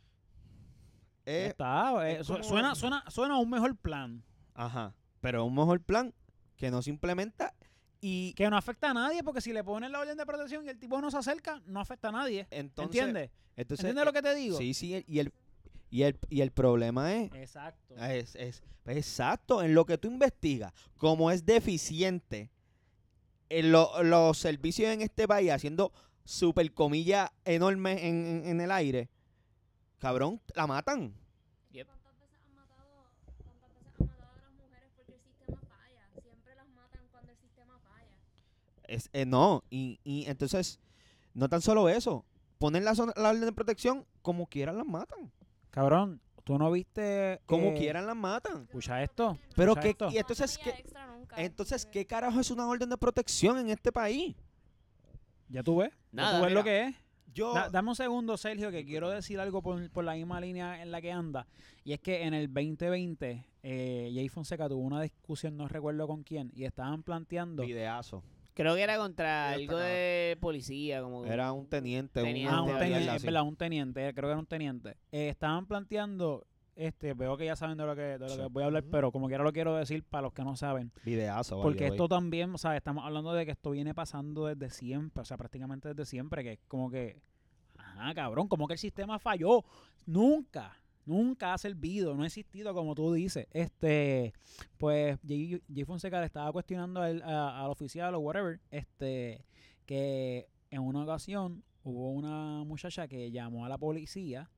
Ya
eh,
está. eh,
es
su-
como-
suena, suena, suena a un mejor plan.
ajá. Pero un mejor plan que no se implementa y
Que no afecta a nadie, porque si le ponen la orden de protección y el tipo no se acerca, no afecta a nadie.
entonces.
¿Entiendes?
Entonces, eh,
¿Entiendes lo que te digo?
Sí, sí, y el, y el, y el problema es
Exacto.
Ah, Es, es- exacto, en lo que tú investigas, como es deficiente en lo- los servicios en este país, haciendo super comillas enormes en, en- en el aire, cabrón, la matan.
¿Cuántas veces han matado, cuántas veces han matado a las mujeres porque el sistema falla? Siempre las matan cuando el sistema falla.
Es, eh, no, y, y entonces, no tan solo eso, ponen la, zona- la orden de protección, como quieran las matan.
Cabrón, tú no viste.
Como
eh,
quieran las matan.
Escucha esto.
Pero
escucha
que,
esto.
y entonces,
no había
¿qué,
extra nunca,
entonces,
eh.
porque-
¿qué carajo es una orden de protección en este país?
Ya tú ves. ya
Nada.
tú ves
mira.
lo que es.
Yo,
Da- dame un segundo, Sergio, que quiero decir algo por, por la misma línea en la que anda. Y es que en el 2020, eh, Jay Fonseca tuvo una discusión, no recuerdo con quién, y estaban planteando
videazo.
Creo que era contra
Ya está
algo de policía. como
Era un teniente.
Teniente,
Ah, un
Teniente,
teniente, es
mierda así.
verdad, un teniente, creo que era un teniente. Eh, estaban planteando, este, veo que ya saben de lo que, de lo
Sí.
que voy a hablar, pero como quiera lo quiero decir para los que no saben.
Videazo,
Porque
by the way.
esto también, o sea, estamos hablando de que esto viene pasando desde siempre, o sea, prácticamente desde siempre, que es como que, ajá, cabrón, como que el sistema falló. Nunca, nunca ha servido, no ha existido, como tú dices. Este, pues, Jay Jay Fonseca le estaba cuestionando al, a- al oficial o whatever, este, que en una ocasión hubo una muchacha que llamó a la policía,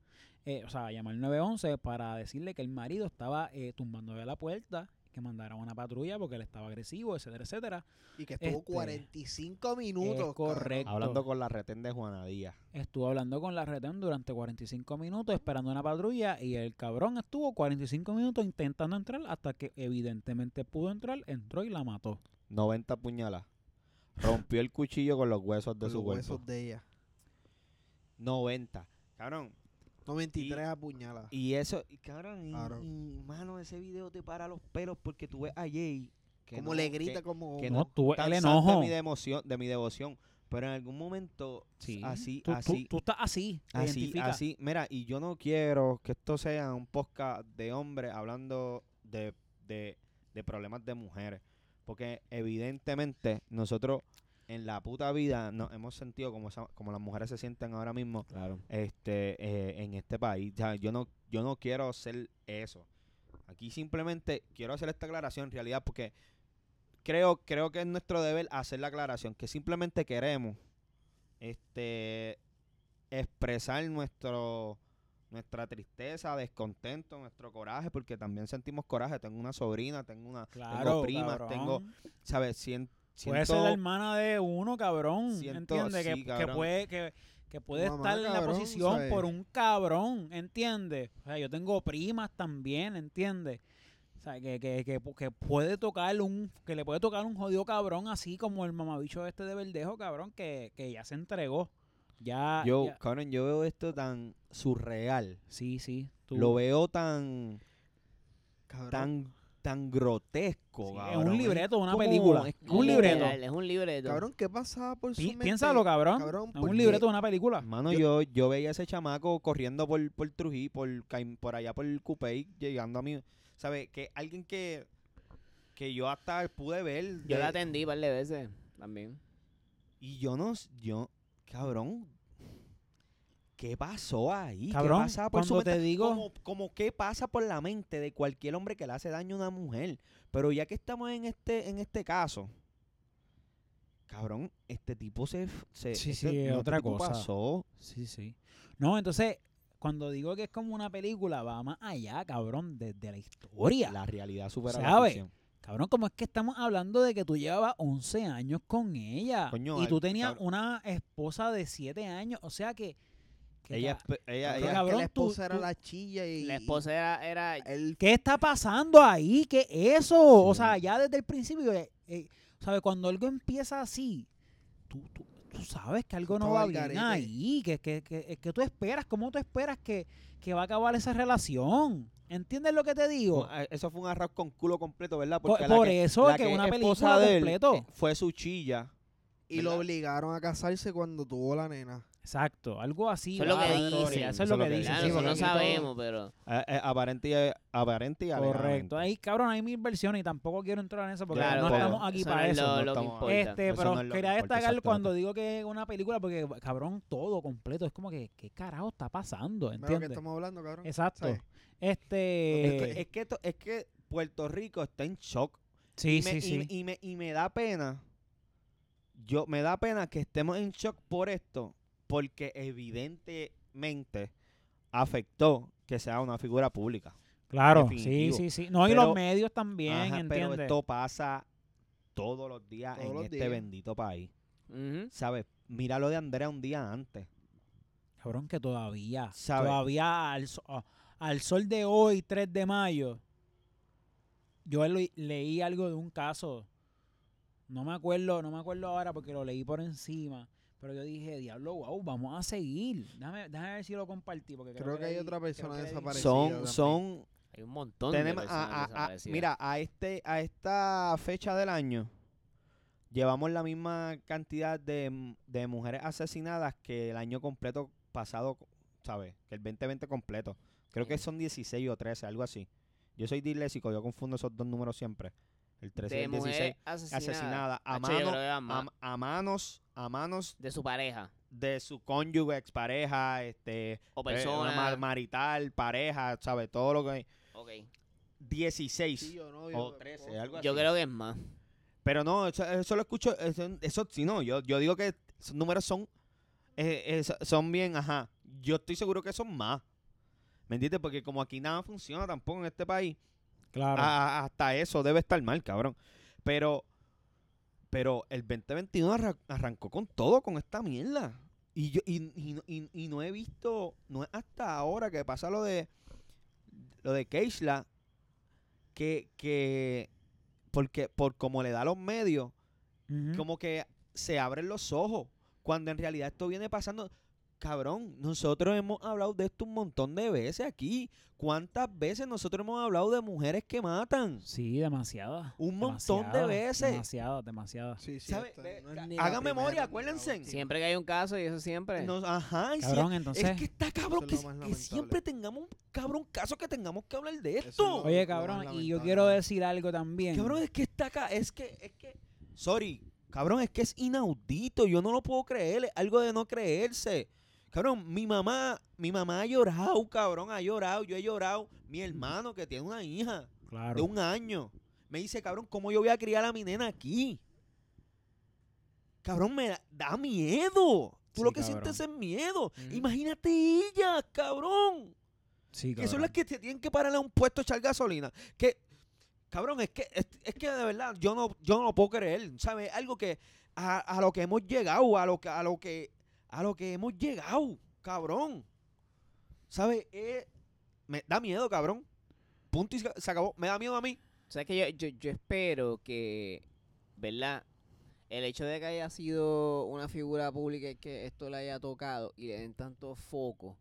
eh, o sea, llamó al 911 para decirle que el marido estaba eh, tumbándole la puerta, que mandara una patrulla porque él estaba agresivo, etcétera, etcétera.
Y que estuvo
Este,
45 minutos. cabrón.
correcto.
Hablando con la retén de Juana Díaz.
Estuvo hablando con la retén durante 45 minutos esperando una patrulla y el cabrón estuvo 45 minutos intentando entrar hasta que evidentemente pudo entrar, entró y la mató.
90 puñalas. Rompió el cuchillo con los huesos de
Con
su
los
cuerpo.
huesos de ella.
90. Cabrón.
93 apuñaladas.
Y eso, y cabrón, y,
Cabrón.
y, mano, ese video te para los pelos porque tú ves a Jay. que
Como
no-
le grita,
que-
como...
que
No,
no,
tuve
tan
Pues, el
santo de
enojo.
mi, devoción, de mi devoción. Pero en algún momento,
Sí.
así,
Tú, tú-
así.
tú estás así. te
Así,
identificas.
así, mira, y yo no quiero que esto sea un podcast de hombres hablando de, de, de problemas de mujeres. Porque evidentemente nosotros en la puta vida nos hemos sentido como, esa- como las mujeres se sienten ahora mismo
Claro.
este eh, en este país. O sea, yo no, yo no quiero ser eso. Aquí simplemente quiero hacer esta aclaración en realidad porque creo, creo que es nuestro deber hacer la aclaración, que simplemente queremos este expresar nuestro nuestra tristeza, descontento, nuestro coraje, porque también sentimos coraje. Tengo una sobrina, tengo una,
Claro,
primas,
cabrón.
tengo- ¿sabes? Sien-
Puede ser
siento-
la hermana de uno, cabrón.
siento-
¿Entiendes? Que-
sí,
que,
cabrón.
puede, que, que puede
Mamá,
estar en la
cabrón,
posición
¿sabes?
por un cabrón, ¿entiendes? O sea, yo tengo primas también, ¿entiendes? O sea, que, que, que, que puede tocar un, que le puede tocar un jodido cabrón así como el mamabicho este de Verdejo, cabrón, que, que ya se entregó. Ya,
yo,
ya-
cabrón, yo veo esto tan surreal.
Sí, sí. tú-
Lo veo tan
Cabrón.
tan tan grotesco,
sí, es
cabrón.
un libreto, una
como-
película.
es
Es un
Literal,
libreto.
Es un libreto.
Cabrón, ¿qué pasaba por su
Pi-
mente?
piénsalo, cabrón.
Cabrón,
Es
¿por
un
qué?
libreto de una película.
Mano, yo, yo veía a ese chamaco corriendo por, por Trujillo, por, Caim- por allá por Cupey, llegando a mí. ¿Sabes? Que alguien que, que yo hasta pude ver.
Yo
de-
Eh,
la atendí un par de veces también.
y yo no. s- Yo, cabrón. ¿Qué pasó ahí?
Cabrón,
¿Qué pasa por su
cuando
mente?
te digo-
Como, como qué pasa por la mente de cualquier hombre que le hace daño a una mujer. Pero ya que estamos en este, en este caso, cabrón, este tipo se. f- se
Sí,
este-
sí,
no, este
otra
tipo
cosa.
pasó.
Sí, sí. No, entonces, cuando digo que es como una película, va más allá, cabrón, desde la historia.
La realidad supera la
¿Sabe?
ficción.
Cabrón, como es que estamos hablando de que tú llevabas 11 años con ella.
Coño,
y
al-
tú tenías
cabrón.
una esposa de 7 años. O sea que. que
Ella,
ca-
espe- ella,
Cabrón,
ella-
que la
cabrón, tú-
esposa era
tú-
la chilla y...
La esposa era, era
y él-
¿Qué está pasando ahí? ¿Qué es eso? O
Sí.
sea, ya desde el principio, eh, eh, ¿sabes? Cuando algo empieza así, tú, tú- tú sabes que algo no
estaba
va
al
bien
garete.
ahí, que, que, que, que tú esperas, ¿cómo tú esperas que, que va a acabar esa relación? ¿Entiendes lo que te digo?
Ah, Eso fue un arroz con culo completo, ¿verdad?
Por,
la
por
que-
eso
la
que
es
una
esposa
película
de él,
completo.
eh, fue su chilla.
y lo
¿verdad?
obligaron a casarse cuando tuvo la nena.
Exacto, algo así.
Eso es lo
va
que
la historia,
dicen,
Eso es lo que dicen.
Claro,
sí,
sí,
nosotros
porque
no
aquí
todo-
sabemos, pero.
Eh, eh, aparente y, eh, aparente y alegadamente.
Correcto. Ahí, cabrón, hay mil versiones y tampoco quiero entrar en eso porque
Claro,
no
pero
estamos aquí
eso
para
no es
eso. pues.
lo- lo
no
que
estamos-
importa.
Este,
Eso
pero
no es lo que
quería
importa,
destacar cuando
exactamente.
digo que es una película, porque cabrón, todo completo. Es como que, ¿qué carajo está pasando?
¿Entiendes? que
¿Entiendes?
estamos hablando, cabrón?
Exacto.
¿Sabes?
Este.
Es que- es, que, to- es que Puerto Rico está en shock.
sí,
y, me,
sí, sí.
y, y me, y me da pena. Yo, me da pena que estemos en shock por esto, porque evidentemente afectó que sea una figura pública.
claro,
definitivo.
sí, sí, sí. No, y
Pero-
los medios también,
Ajá,
¿entiendes?
pero esto pasa todos los días
Todos
en
los
este
días.
bendito país.
Ujú.
¿Sabes? Mira lo de Andrea un día antes.
Cabrón, que todavía.
Sabe.
Todavía al, so- a- al sol de hoy, 3 de mayo, yo le- leí algo de un caso. No me acuerdo, no me acuerdo ahora porque lo leí por encima. Pero yo dije, diablo, wow, vamos a seguir. Déjame, déjame ver si lo compartí. Porque creo,
Creo que hay
le di-
otra persona
creo que le di-
desaparecida.
Son,
Parecido también.
son,
Hay un montón
tenemos,
de
a-
personas
a- a-
desaparecidas.
mira, a este, a esta fecha del año, llevamos la misma cantidad de, m- de mujeres asesinadas que el año completo pasado, ¿sabes? Que el 2020 completo. Creo que son 16 o 13, algo así. Yo soy disléxico, yo confundo esos dos números siempre. El 13 y
de
el 16.
mujeres asesinadas.
Asesinadas a,
Hacho, yo
mano-
creo que van más.
a- a manos, a manos
de su pareja
de su cónyuge, expareja, este,
o
eh,
persona.
mar- marital, pareja, ¿sabes? Todo lo que hay.
Ok.
16
Tío, novio,
o 13, algo así.
Yo creo que es más.
Pero no, eso, eso lo escucho, eso, eso sí, no, yo, yo digo que esos números son, eh, eh, so- son bien, ajá. Yo estoy seguro que son más. ¿Me entiendes? Porque como aquí nada funciona tampoco en este país,
Claro.
a- a- hasta eso debe estar mal, cabrón. Pero, pero el 2021 arra- arrancó con todo, con esta mierda. Y yo, y, y no- y- y no he visto, no es hasta ahora que pasa lo de lo de Keishla, que, que porque, por como le da a los medios,
Ujú.
como que se abren los ojos. Cuando en realidad esto viene pasando. Cabrón, nosotros hemos hablado de esto un montón de veces aquí. ¿Cuántas veces nosotros hemos hablado de mujeres que matan?
Sí, demasiada.
Un montón de
demasiada,
veces.
Demasiada, demasiada.
Sí, sí.
¿Sabe?
esto
Ve-
no es ni la
Hagan
primera,
memoria,
ni la
acuérdense.
última.
Siempre que hay un caso, y eso siempre.
Nos- ajá, y si-
Cabrón, entonces.
es que está cabrón
Eso
que,
es lo más
que siempre
lamentable.
tengamos un cabrón caso que tengamos que hablar de
es
esto.
lo-
Oye,
más
cabrón, y yo
lamentable.
quiero decir algo también.
Cabrón, es que está acá, es que, es que, sorry, cabrón, es que es inaudito, yo no lo puedo creer, es algo de no creerse. Cabrón, mi mamá, mi mamá ha llorado, cabrón, ha llorado, yo he llorado, mi hermano que tiene una hija de
claro.
un año, me dice, cabrón, ¿cómo yo voy a criar a mi nena aquí? Cabrón, me da, da miedo. Tú
Sí,
lo que
cabrón. Mm.
sientes es miedo.
Ujú.
Imagínate ellas, cabrón.
Sí,
Que son
cabrón.
las que te tienen que parar a un puesto a echar gasolina. Que, cabrón, es que, es, es que de verdad, yo no, yo no lo puedo creer. ¿Sabes? Algo que a, a lo que hemos llegado, a lo que, a lo que, a lo que hemos llegado, cabrón. ¿Sabes? Eh, me da miedo, cabrón. Punto y se, se acabó. Me da miedo a mí.
O sea que yo, yo, yo espero que, ¿verdad? El hecho de que haya sido una figura pública y que esto le haya tocado y le den tanto foco,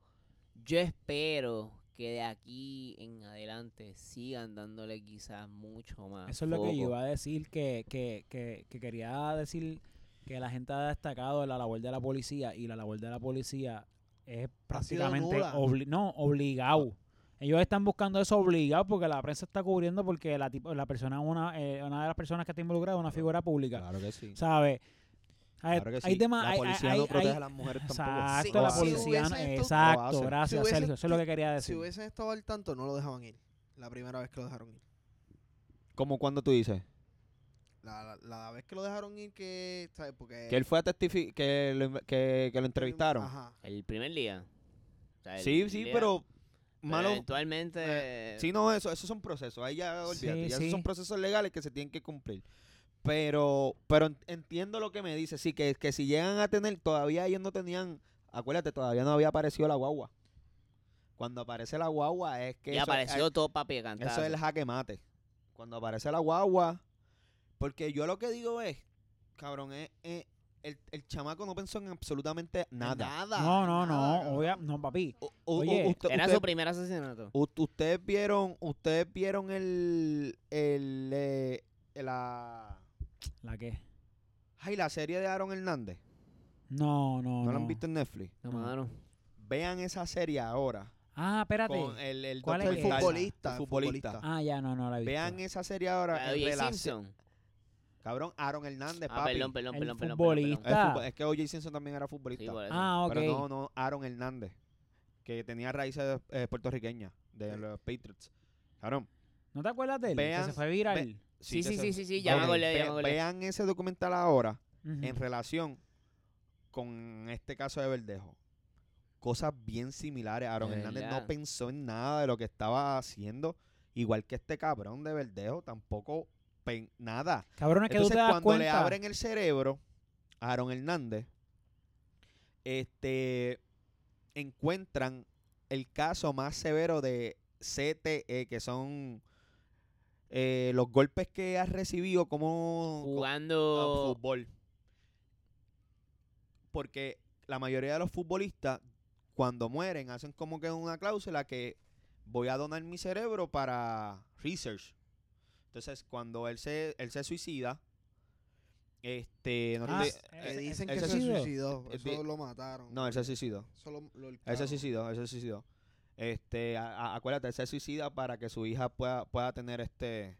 yo espero que de aquí en adelante sigan dándole quizás mucho más.
Eso es lo que yo
foco.
iba a decir, que, que, que, que quería decir que la gente ha destacado la labor de la policía y la labor de la policía es prácticamente
nula.
obli- no, obligado. Ellos están buscando eso obligado porque la prensa está cubriendo porque la, tipo- la persona, una, eh, una de las personas que está involucrada es una figura pública,
que sí.
¿sabes? Hay, hay temas-
la
hay-
policía
hay-
no protege
hay-
a las mujeres tampoco.
Exacto, la
Si
policía. no-
hubiese esto-
Lo
exacto,
hacen.
Si
gracias,
hubiese-
Sergio. Eso es lo que quería
Si
decir.
hubiesen estado al tanto, no lo dejaban ir. La primera vez que lo dejaron ir.
Como cuando tú dices
La, la, la vez que lo dejaron ir, que. ¿Sabes? Porque.
que él fue a testificar, que lo, inve- que, que lo entrevistaron.
Ajá.
El primer día. O sea, el
Sí, sí,
día,
pero malo, Eh,
Eventualmente.
Sí, no, eso, esos son procesos. Ahí ya
Sí,
olvídate. ya esos
sí.
son procesos legales que se tienen que cumplir. Pero, pero en- entiendo lo que me dice. Sí, que, que si llegan a tener, todavía ellos no tenían. Acuérdate, todavía no había aparecido la guagua. Cuando aparece la guagua es que.
y
eso-
apareció todo papi de cantar.
eso es el jaque mate. Cuando aparece la guagua. Porque yo lo que digo es, cabrón, es, es- el, el chamaco no pensó en absolutamente nada.
Nada.
No, no,
nada,
no, obvia- no, papi.
O- o-
Oye,
o- usted-
Era
usted-
su primer asesinato.
U- ustedes vieron, ustedes vieron el, el, eh, la,
¿La qué?
ay, la serie de Aaron Hernández.
No, no,
No,
no.
la han visto en Netflix.
No,
no.
mano.
Vean esa serie ahora.
Ah, espérate.
Con eh, el, el
¿Cuál
doctor
es
El
esa?
Tyson,
futbolista.
el
el
futbolista.
futbolista.
Ah, ya, no, no la he visto.
Vean esa serie ahora.
La
en
de O.J.
relación-
Simpson.
Cabrón, Aaron Hernández,
Ah,
papi.
perdón, perdón,
El
perdón, perdón,
futbolista.
perdón, Ah.
Es, futbol- es que O.J. Simpson también era
perdón. Sí,
futbolista.
por eso.
Ah, ok.
Pero no, no, Aaron Hernández. Que tenía raíces eh, puertorriqueñas de
Sí.
los Patriots. Cabrón.
¿No te acuerdas de él?
Vean-
que se fue viral.
ve-
Sí,
que
sí,
se-
sí, sí, sí, ya me
Ok,
acordé, ya
ve-
me acordé.
Vean ese documental ahora.
Ujú.
en relación con este caso de Verdejo. Cosas bien similares. Aaron
De
Hernández no
verdad.
pensó en nada de lo que estaba haciendo. Igual que este cabrón de Verdejo, tampoco pen- nada.
Cabrón, es Ah, que
Entonces,
tú te das
cuando
cuenta.
le abren el cerebro a Aaron Hernández, este encuentran el caso más severo de CTE, que son eh, los golpes que has recibido como a
Jugando.
fútbol. Porque la mayoría de los futbolistas, cuando mueren, hacen como que una cláusula que voy a donar mi cerebro para research. Entonces, cuando él se, él se suicida, este. No,
Ah,
te-
sí.
Que
eh,
dicen
él se
que se
suicidó.
suicidó.
Eh,
Eso
di-
lo mataron.
no, él se suicidó.
Eso lo, lo
Él se
Oh.
ahorcaron.
suicidó, él se suicidó. Este, a- a- acuérdate, él se suicida para que su hija pueda, pueda tener este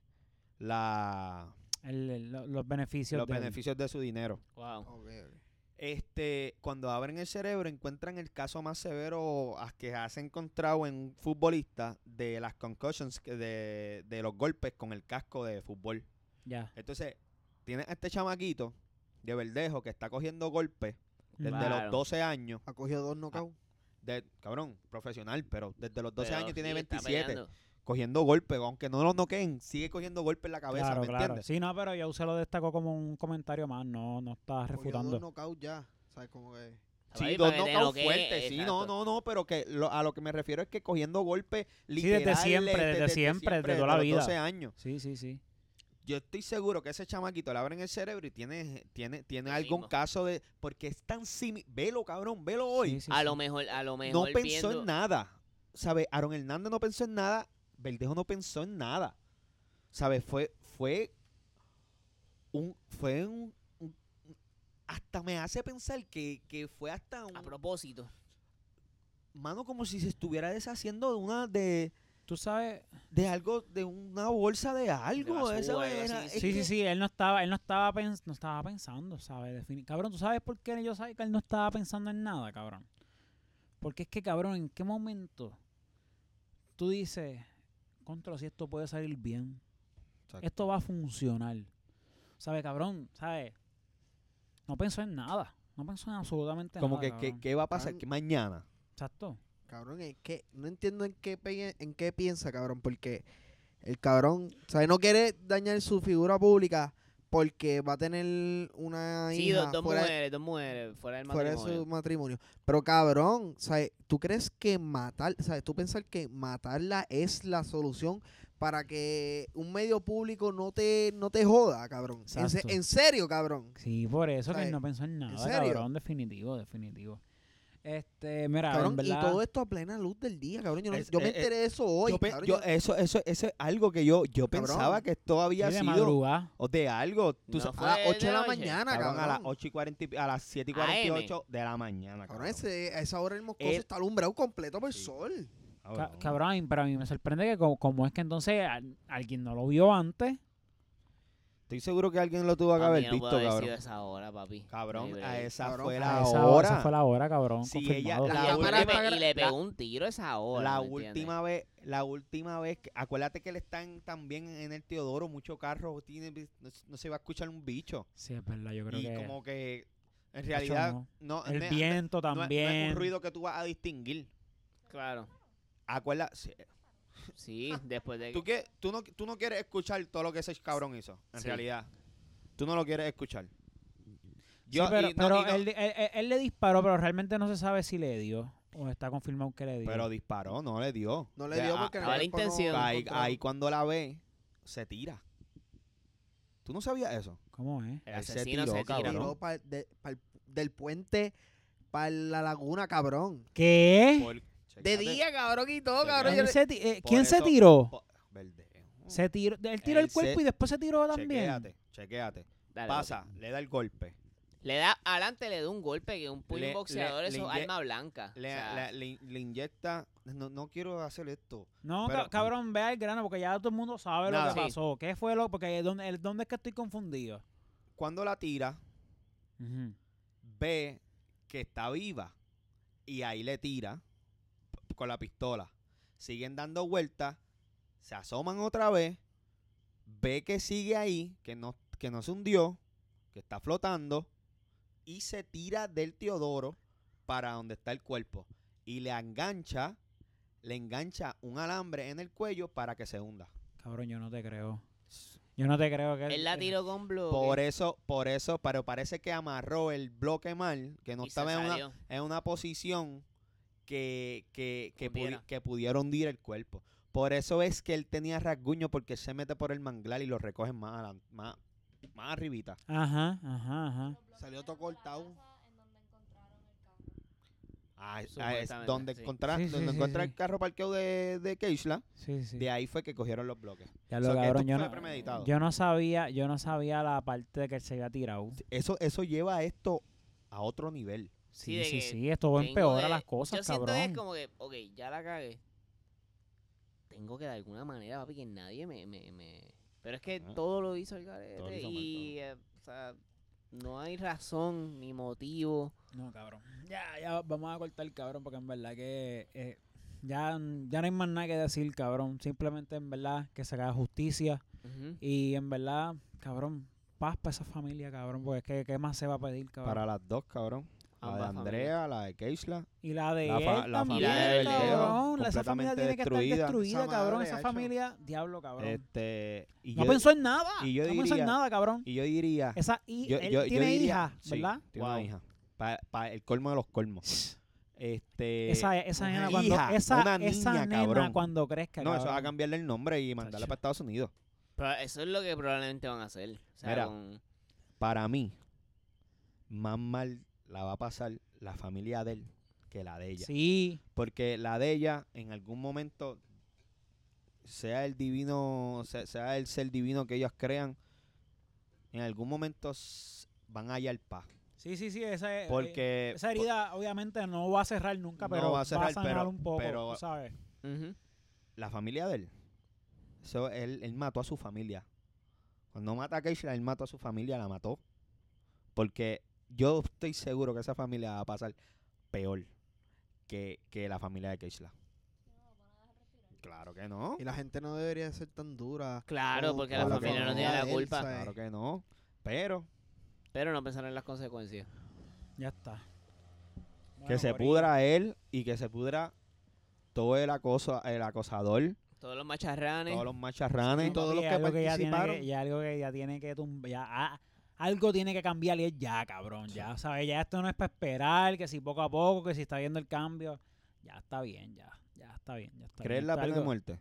la
el- el- lo- los beneficios.
los
de él.
beneficios de su dinero.
Wow.
Ok, ok.
Este, cuando abren el cerebro, encuentran el caso más severo a- que se ha encontrado en un futbolista de las concussions, que de, de los golpes con el casco de fútbol.
Ya.
Entonces, tienes a este chamaquito de verdejo que está cogiendo golpes desde
Claro.
los 12 años.
Ha cogido dos knockouts.
De, cabrón, profesional, pero desde los 12
Pero
años tiene
sí, está
27.
peleando.
Cogiendo golpes, aunque no lo noqueen, sigue cogiendo golpes en la cabeza,
claro,
¿me
claro.
entiendes?
Sí, no, pero ya se lo destacó como un comentario más. No, no
Pues
está
Cogió dos
refutando.
knockouts ya. ¿Sabes cómo que?
Sí,
Ahí
dos
para que te
knockouts
noquee,
fuertes, sí, no,
exacto.
no, no, pero que lo- a lo que me refiero es que cogiendo golpes
desde
literales
siempre, desde siempre, desde toda la
los
vida.
12 años.
Sí, sí, sí.
Yo estoy seguro que ese chamaquito le abren el cerebro y tiene, tiene, tiene
El
algún
mismo.
caso de. Porque es tan similar. Velo, cabrón, velo hoy.
Sí, sí,
a
sí.
lo mejor, a lo
no
mejor.
pensó
viendo-
en nada. ¿Sabes? Aaron Hernández no pensó en nada. Verdejo no pensó en nada. ¿Sabes? Fue, fue un, fue un, un- hasta me hace pensar que, que fue hasta un
A propósito.
mano como si se estuviera deshaciendo de una de,
Tú sabes,
de algo, de una bolsa de algo.
basura,
esa
algo
era-
así,
es
sí, sí,
que-
sí, él no estaba, él no estaba, pens- no estaba pensando, ¿sabes? Defini- cabrón, ¿tú sabes por qué yo sabía que él no estaba pensando en nada, cabrón? Porque es que, cabrón, ¿en qué momento tú dices, contra si esto puede salir bien?
Exacto.
Esto va a funcionar. ¿Sabes, cabrón? ¿Sabes? No pensó en nada. No pensó en absolutamente
Como
nada.
que, que-
cabrón.
¿qué va a pasar?
Tan-
Que mañana.
Exacto.
Cabrón, es que no entiendo en qué, pe- en qué piensa, cabrón, porque el cabrón, ¿sabes? No quiere dañar su figura pública porque va a tener una
Sí,
hija
dos, dos
fuera,
mujeres, dos mujeres, fuera del
fuera de
matrimonio.
su matrimonio. Pero cabrón, ¿sabes? ¿Tú crees que matar, ¿sabes? ¿Tú pensar que matarla es la solución para que un medio público no te, no te joda, cabrón? En, se-
Exacto.
en serio, cabrón.
Sí, por eso que él
¿Sabes?
no pensó en nada,
serio?
cabrón. Definitivo, definitivo. Este, mira,
Cabrón,
en
y
verdad,
todo esto a plena luz del día, cabrón. Yo, no-
Es-
yo me
eh, eh,
enteré de eso hoy.
yo pe-
cabrón,
yo-
yo-
eso, eso, eso es algo que yo, yo
Cabrón.
pensaba que esto
sí,
había
de
sido.
madrugada.
O de algo. Tú
No
sa-
fue
a las
de
8 de la
noche.
mañana,
Cabrón, a las
cabrón.
8 y 40 y- a las 7 y
AM.
48 de la mañana.
Cabrón,
Ah, Cabrón,
ese, a esa hora el moscoso
Eh,
El-
está alumbrado completo por el
Sí.
sol.
Ca-
Cabrón.
cabrón, pero a mí me sorprende que como, como es que entonces al- alguien no lo vio antes.
Estoy seguro que alguien lo tuvo que
Papi,
haber
yo no
visto,
puedo haber
cabrón.
sido a esa hora, papi.
Cabrón,
No hay
a
break.
esa
Cabrón,
fue
a
la
a esa,
hora.
esa fue la hora, cabrón.
Si
confirmado.
Y
ella- La
le-
cámara
y le-
está
y le
gra-
pegó
la-
un tiro a esa hora.
la
¿me entiendes?
última vez, la última vez, que- acuérdate que le están también en el Teodoro, muchos carros, tiene, no, se- no se va a escuchar un bicho.
Sí, es verdad, yo creo
y
que
como que en realidad
no.
no,
el
no es-
viento
no es- no
también.
es un ruido que tú vas a distinguir.
Claro.
Acuérdate, sí, eh,
Sí, después de
tú, que, tú, no, tú no quieres escuchar todo lo que ese cabrón hizo, en
Sí.
realidad. Tú no lo quieres escuchar.
Sí,
Yo-
pero
y no-
pero
y no-
él, di- él- él- él le disparó, pero realmente no se sabe si le dio o está confirmado que le dio.
pero disparó, no le dio.
No le
De-
dio
a-
porque
a-
el
la
cuerpo no-
intención.
no
ahí,
encontraba.
ahí cuando la ve, se tira. ¿Tú no sabías eso?
¿Cómo es?
El
Él se
asesino se
tiró,
tira.
cabrón.
Tiró pa'l- de- pa'l- del puente para la laguna, cabrón.
¿Qué?
Por-
De
Chécate.
día, cabrón, y todo,
Te
cabrón.
¿Él
yo le-
se ti- eh,
por
¿Quién se
eso-
tiró?
Po- Verde.
Se tiró, él tiró
Él
el cuerpo
se-
y después se tiró también.
Chequéate, chequéate.
Dale,
Pasa, le da el golpe.
papi. Le da, adelante le da un golpe que un puño
Le-
boxeador
le-
es
le inye-
arma blanca.
Le,
o sea,
le- le- le inyecta. No, no quiero hacer esto.
No,
Pero-
ca- cabrón, vea el grano porque ya todo el mundo sabe
Nada.
lo que
Sí.
pasó. ¿Qué fue lo? Porque eh, ¿dónde, el- dónde es que estoy confundido?
Cuando la tira,
Ujú.
ve que está viva. Y ahí le tira p- con la pistola. Siguen dando vueltas. Se asoman otra vez. Ve que sigue ahí. Que no, que no se hundió. Que está flotando. Y se tira del Teodoro para donde está el cuerpo. Y le engancha. Le engancha un alambre en el cuello para que se hunda.
Cabrón, yo no te creo. Yo no te creo que
él la
que-
tiró con bloque.
Por eso, por eso, pero parece que amarró el bloque mal, que no
y se
estaba en una,
salió.
en una posición que, que, que, pudi-
Hundiera.
que pudiera hundir el cuerpo. Por eso es que él tenía rasguño porque él se mete por el manglar y lo recogen más, adelan- más, más arribita.
Ajá, ajá, ajá.
Salió todo cortado.
Ah, es- ah, es
Supuestamente,
donde
sí.
encontra-
Sí, sí,
donde
sí,
encuentra
sí.
el carro parqueo de, de Keishla,
Sí, sí.
de ahí fue que cogieron los bloques.
Ya lo
So que esto
cabrón, yo
fue
no,
premeditado.
yo no sabía, yo no sabía la parte de que él se había tirado.
Eso, eso lleva a esto a otro nivel.
Sí,
Sí,
de
sí,
que
sí, esto va a
Tengo
empeorar
de-
las cosas,
yo siento
cabrón.
que es como que, ok, ya la cagué. Tengo que de alguna manera, papi, que nadie me... me, me- Pero es que
Ah.
todo lo hizo el
Todo lo
garete
hizo mal,
y, eh, o sea, no hay razón ni motivo.
No, cabrón. Ya, ya vamos a cortar, cabrón, porque en verdad que eh, ya, ya no hay más nada que decir, cabrón. Simplemente en verdad que se haga justicia
Ujú.
y en verdad, cabrón, paz para esa familia, cabrón, porque es que qué más se va a pedir, cabrón.
Para las dos, cabrón. La de
Ambas
Andrea, la de Keishla.
y la de
la fa-
él
la
también,
familia de Verdejo,
cabrón. La- Esa familia
completamente
tiene que
destruida.
estar destruida,
Esa
cabrón.
madre,
Esa
hacho.
familia, diablo, cabrón.
Este, y
no
yo-
pensó en nada.
y yo
no pensó
diría-
en nada, cabrón.
Y yo diría.
Esa y
yo,
él
yo- yo
tiene
diría-
hija,
sí, eh,
¿verdad?
tiene
Wow.
una hija. Para el colmo de los colmos. pues.
<laughs>
Este,
Esa, esa
una
nena cuando
hija,
esa,
una
esa
niña,
nena
cabrón.
cuando crezca,
no, eso va a
cabrón.
cambiarle el nombre y mandarla
Tacho.
para Estados Unidos.
Pero eso es lo que probablemente van a hacer. O sea,
Mira.
con-
Para mí, más mal la va a pasar la familia de él que la de ella.
Sí,
Porque la de ella, en algún momento, sea el divino, sea, sea el ser divino que ellos crean, en algún momento s- van a hallar paz.
sí, sí, sí, esa es-
Porque
Eh, Esa herida obviamente no va a cerrar nunca,
No
pero
va
va
a
a,
cerrar,
sanar
pero-
un poco,
pero-
tú ¿sabes?
Ujú.
la familia de él. Eso, él, él mató a su familia. Cuando mata a Keishla, él mató a su familia, la mató. Porque yo estoy seguro que esa familia va a pasar peor que, que la familia de Keishla. Claro que no.
Y la gente no debería ser tan dura.
Claro,
con-
porque
con
la
claro que
familia
no,
no tiene la
él,
culpa.
¿sabes?
Claro que no. Pero
Pero no pensar en las consecuencias.
Ya está.
que
Bueno,
se
corillo.
pudra él y que se pudra todo el, acoso, el acosador,
Todos los macharranes.
todos los macharranes.
Y todos los
Papi, algo
que
ya tiene
participaron.
que- ya algo que ya tiene que tum- ya, ah, algo tiene que cambiar y es ya, cabrón. Ya, ¿sabes? Ya esto no es para esperar, que si poco a poco, que si está viendo el cambio. Ya está bien, ya. Ya está bien, ya está
¿Crees
bien.
la
Esto
pena de
algo-
muerte?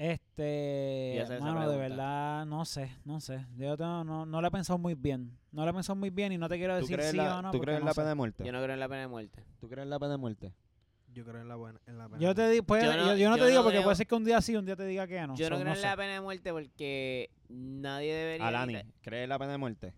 Y
Este,
hacer esa
mano, de
pregunta.
verdad, no sé, no sé. Yo no, no, no la he pensado muy bien. No la he pensado muy bien y no te quiero
¿Tú
decir
crees,
sí
la,
o no.
tú
porque
crees
no
la
sé.
pena de muerte?
Yo no creo en la pena de muerte.
¿Tú crees la pena de muerte?
Yo creo en la buena. En la buena.
Yo te di, puede-
Yo
yo
no-
yo no,
yo
te digo
no
porque
creo-
puede ser que un día sí, un día te diga que no.
Yo no
so,
creo en
sé.
la pena de muerte porque nadie debería.
Alani,
quitar-
¿crees la pena de muerte?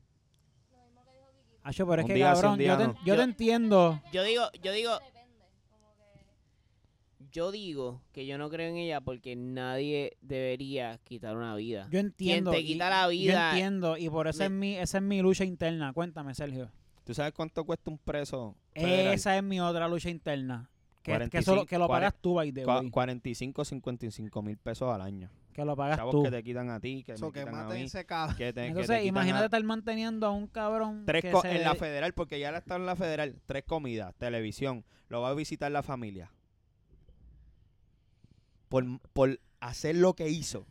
Lo mismo que dijo Kiki.
Acho, pero es
Un
que
día sí, un
cabrón,
día
yo, te,
no.
yo te
Yo-
entiendo.
Yo digo, yo
Pero
digo,
eso depende, como que-
yo digo que yo no creo en ella porque nadie debería quitar una vida.
Yo entiendo.
te
y-
quita la
Yo
vida-
entiendo. Y por eso
Me-
es mi, esa es mi lucha interna. Cuéntame, Sergio.
¿Tú sabes cuánto cuesta un preso? federal?
Esa es mi otra lucha interna. Que, que, solo,
45,
que lo pagas tú, by the
Cua-
way.
45, 55 mil pesos al año.
Que lo pagas
Chavos
tú.
que te quitan a ti, que, me
So, que
quitan a
maten
mí,
ese cabrón. <laughs>
que te- que te
Entonces,
quitan
imagínate
a-
estar manteniendo a un cabrón.
tres
que
co-
se
en la
dedi-
federal, porque ya la está en la federal. Tres comidas, televisión, lo va a visitar la familia. Por, por hacer lo que hizo.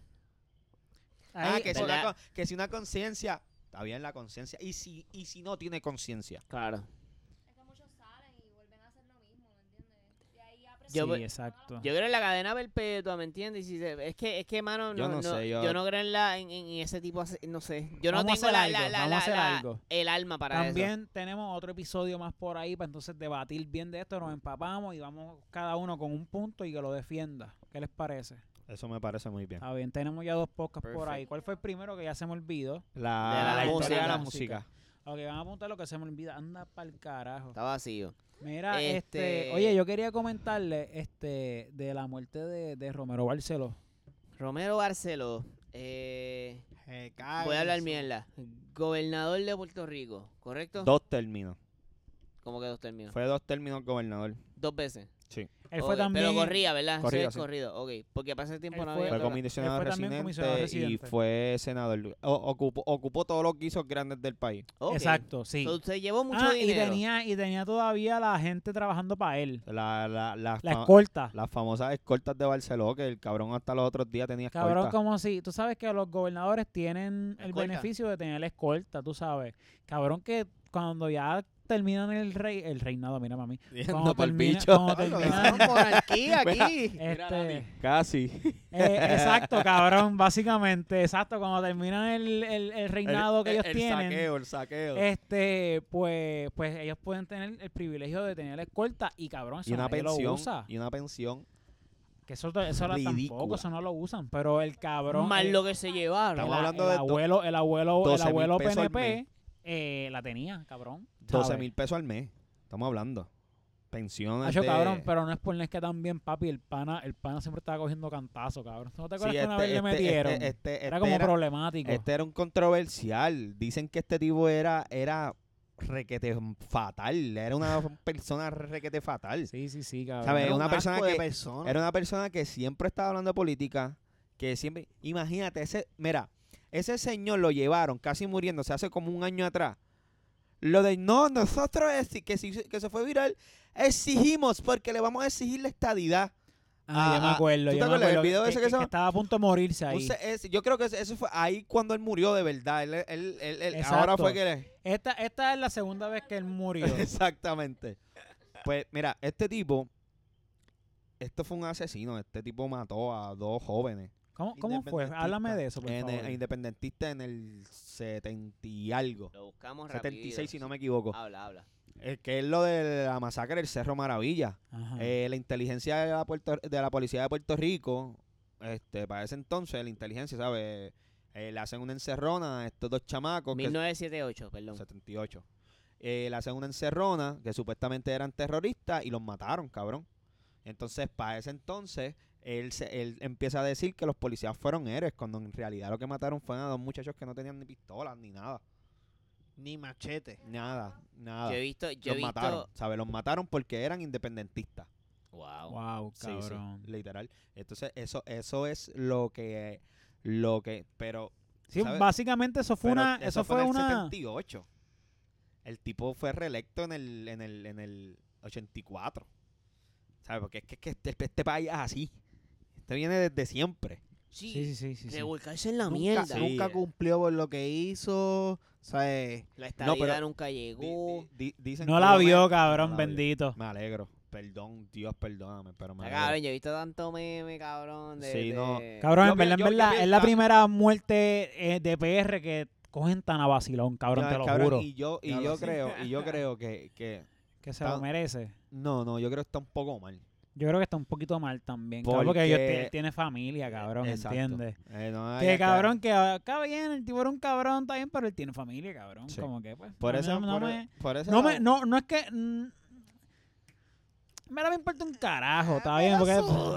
ah,
Ahí-
que si, una,
¿Verdad?
con- que si una conciencia. Está bien la conciencia. Y si, y si no tiene conciencia.
Claro.
Es que muchos salen y vuelven a hacer lo mismo, ¿me entiendes? Y ahí aprenden
Yo
sí,
voy-
exacto.
Yo creo en la cadena perpetua, ¿me entiendes? Y si se- es que, es que, mano, no,
Yo no
no-
sé, yo-
yo no creo en, la, en, en ese tipo, ase- no sé. Yo no
Vamos a
tengo
hacer
la,
algo,
la- la-
vamos a
la-
hacer
la-
algo.
el alma para eso.
También tenemos otro episodio más por ahí para entonces debatir bien de esto. Nos empapamos y vamos cada uno con un punto y que lo defienda. ¿Qué les parece?
Eso me parece muy bien.
Está bien, tenemos ya dos podcasts por
Perfecto.
ahí. ¿Cuál fue el primero que ya se me olvidó?
La,
De la
la historia
música.
de la música.
Ok, van a apuntar lo que se me olvida. Anda pa'l carajo.
Está vacío.
Mira, este...
Este-
Oye, yo quería comentarle este de la muerte de, de Romero Barceló.
Romero Barceló, eh,
Se cae
voy a hablar
eso.
mierda. Gobernador de Puerto Rico, ¿correcto?
Dos términos.
Como que dos términos.
Fue dos términos gobernador.
Dos veces.
Él fue
Ok,
también...
Pero corría, ¿verdad?
Corrido,
Corrido,
sí.
corrido. Ok, porque para ese tiempo
Él
no
fue-
había...
Fue
otra-
comisionado
Él fue también
residente,
comisionado
y
residente.
fue senador. O- ocupó, ocupó todo lo que hizo grandes del país.
Ok.
Exacto, sí.
So, se llevó mucho
ah, y
dinero.
tenía, y tenía todavía la gente trabajando para él.
La, la, la
La
Ah,
fa-
escolta.
las famosas escoltas de Barcelona, que el cabrón hasta los otros días tenía escolta.
Cabrón, como si, tú sabes que los gobernadores tienen el
Escolta.
beneficio de tener la escolta, tú sabes. Cabrón que cuando ya terminan el rey, el reinado,
<laughs>
mira mami. Cuando
Yendo pa'l
termina-
bicho.
cuando
Cabrón,
terminan,
cabrón, monarquía aquí.
este,
Casi.
eh, exacto, cabrón, básicamente, exacto, cuando terminan el, el- el reinado que ellos
el
tienen,
saqueo, el saqueo.
este, pues, pues ellos pueden tener el privilegio de tener la escolta y cabrón, eso
<laughs> y una
nadie lo
pensión.
usa.
Y una pensión.
Que eso, eso ahora tampoco,
Ridícula.
eso no lo usan, pero el cabrón...
Más
el-
lo que se llevaron.
eh, Estamos
el,
hablando
el
de do-
abuelo, el abuelo, el
12.000
abuelo
pesos al
PNP eh, la tenía, cabrón.
12
¿sabes?
mil pesos al mes. Estamos hablando. Pensiones.
Hacho,
de-
cabrón, pero no es por no es que también, papi, el pana, el pana siempre estaba cogiendo cantazo, cabrón. ¿No te
Sí,
acuerdas que una vez
este-
le
este-
metieron?
este- este-
era
este
como
era-
problemático.
Este era un controversial. Dicen que este tipo era, era requete fatal. Era una persona requete fatal.
sí, sí, sí, cabrón.
¿Sabes?
Era
una
un
persona
asco de
que-
persona.
Era una persona que siempre estaba hablando de política, que siempre, imagínate, ese, mira, ese señor lo llevaron casi muriéndose hace como un año atrás. Lo de no, nosotros exi- que, si- que se fue viral, exigimos porque le vamos a exigir la estadidad.
Ah, yo me
ah,
acuerdo,
¿tú te
yo me
acuerdas del
acuerdo
video
que,
ese que
que-
se llama?
que estaba a punto de morirse
Un
ahí.
se- ese- yo creo que ese, ese fue ahí cuando él murió de verdad. Él, él- él- él- ahora
Exacto.
fue que
<laughs>
le-
Esta, esta es la segunda vez que él
<laughs>
murió.
Exactamente. Pues mira, este tipo, esto fue un asesino, este tipo mató a dos jóvenes.
¿Cómo, cómo fue?
Independentista.
Háblame de eso, por
En el-
favor.
independentista en el 70 y algo.
Lo buscamos rápido. Ah.
76 si no me equivoco.
Habla, habla.
Eh, que es lo de la masacre del Cerro Maravilla.
Ajá.
Eh, la inteligencia de la, Puerto- de la policía de Puerto Rico, este, para ese entonces, la inteligencia, ¿sabes? Eh, le hacen una encerrona a estos dos chamacos. que-
1978, perdón.
78. Eh, le hacen una encerrona que supuestamente eran terroristas y los mataron, cabrón. Entonces, para ese entonces, él, se- él empieza a decir que los policías fueron héroes, cuando en realidad lo que mataron fueron a dos muchachos que no tenían ni pistolas, ni nada.
Ni machete.
Nada, nada.
Yo he visto, yo he
Ah, los
visto.
mataron, ¿sabes? Los mataron porque eran independentistas.
Wow.
wow,
Sí, sí,
cabrón. Sí,
literal. Entonces, eso, eso es lo que, lo que, pero, ¿sabes?
básicamente eso fue
pero
una... Eso, fue,
en el
una...
78. El tipo fue reelecto en el, en el, en el 84. ¿Sabes? Porque es que, es que este, este país es así. Este viene desde siempre.
Sí,
Sí, sí, sí. sí, sí.
revolcarse en la
Nunca,
mierda.
Sí.
nunca cumplió por lo que hizo. ¿Sabes?
La estadía
pero-
nunca llegó.
Di- di- di- dicen
No
que
la
lo me-
vio,
No
cabrón,
la vio.
bendito.
Me alegro. Perdón, Dios, perdóname, pero me
Ah,
alegro.
cabrón, yo he visto tanto meme, cabrón. De,
Sí, no.
de-
Cabrón,
eh, Yo
en
vi-
verdad, en
yo- yo
verdad,
vi
es
el
la
ca-
primera muerte eh, de PR que cogen tan a vacilón, cabrón,
Ya,
te lo
cabrón,
juro.
Y yo, y
Ya lo
yo
sé.
creo, y yo creo que, que,
Que se lo
tan-
merece.
no, no, yo creo que está un poco mal.
Yo creo que está un poquito mal también, cabrón, porque ellos
Porque-
ti- tiene familia, cabrón,
Exacto.
¿entiendes?
Eh, no, ya
Que
está.
cabrón, que ah, está bien, el tiburón cabrón, está bien, pero él tiene familia, cabrón.
Sí.
Como que, pues.
Por
a mí
eso,
no, no
por, e-,
me,
por eso
no, me- no, no es que. mm, me la me importa un carajo,
Ah,
está bien, porque,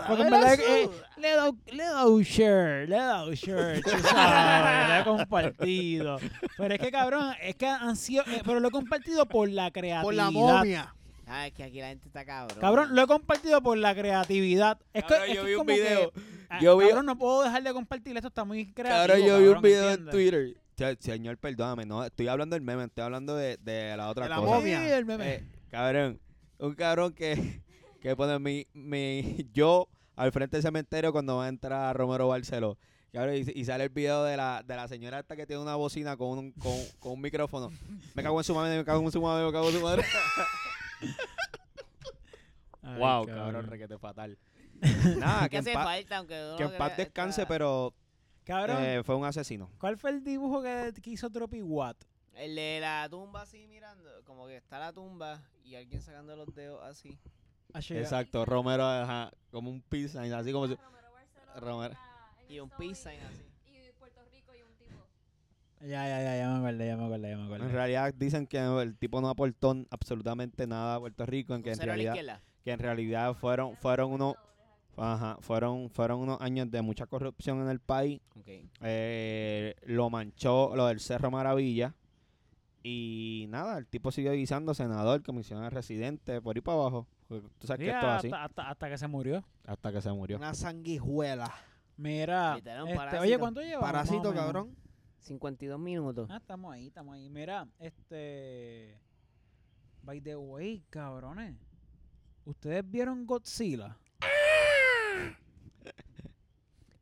porque en verdad eh, le he dado, le he dado un share, le he dado un share, tú sabes, le he compartido. Pero es que cabrón, es que han sido, eh, pero lo he compartido por la creatividad.
Por la momia.
Ah, es que aquí la gente está cabrón.
Cabrón, lo he compartido por la creatividad. Es que,
Cabrón,
es
yo
que
vi un
como que,
video,
ah,
yo vi-
cabrón, no puedo dejar de compartir esto, está muy creativo.
Ahora yo vi un
cabrón,
video en
¿entiendes?
Twitter. Se- Señor, perdóname, no estoy hablando del meme, estoy hablando de, de la otra
De la
cosa.
momia.
Sí, el meme.
Eh, cabrón, un cabrón que, <laughs> que pone mi, mi <laughs> yo al frente del cementerio cuando va a entrar Romero Barceló. Cabrón, y, y sale el video de la, de la señora esta que tiene una bocina con un, con, con un micrófono. Me cago en su madre, me cago en su madre, me cago en su madre.
Ay,
wow, cabrón, requete <laughs> fatal. Nada,
que
que, en,
hace
pa-
falta, aunque uno
que en
crea-
paz
está-
descanse, pero
Cabrón,
eh, fue un asesino.
¿cuál fue el dibujo que, que hizo Tropi Watt?
El de la tumba así mirando, como que está la tumba y alguien sacando los dedos así.
Ah,
Exacto, Romero, ajá, como un pizza, así como si...
Romero Barceló
Romero.
está en
Y
el
un
Subway
peace sign así.
Y Puerto Rico y un tipo.
Ya, ya, ya, ya me acordé, ya me acordé, ya me acordé.
En realidad dicen que el tipo no aportó absolutamente nada a Puerto Rico, en que
Un
en
cero a la
realidad,
izquierda.
que en realidad fueron, fueron unos, ajá, fueron, fueron unos años de mucha corrupción en el país.
Ok.
Eh, lo manchó lo del Cerro Maravilla. Y nada, el tipo siguió guisando, senador, comisionado residente, por ahí para abajo. Porque Tú sabes
Sí,
que esto es así,
hasta, hasta- hasta que se murió.
hasta que se murió.
Una sanguijuela.
Mira,
Literal, un
este, oye,
parásito.
¿cuánto llevamos? más o
Parásito,
menos?
cabrón.
52 minutos.
Ah, estamos ahí, estamos ahí. Mira, este... By the way, cabrones. ¿Ustedes vieron Godzilla?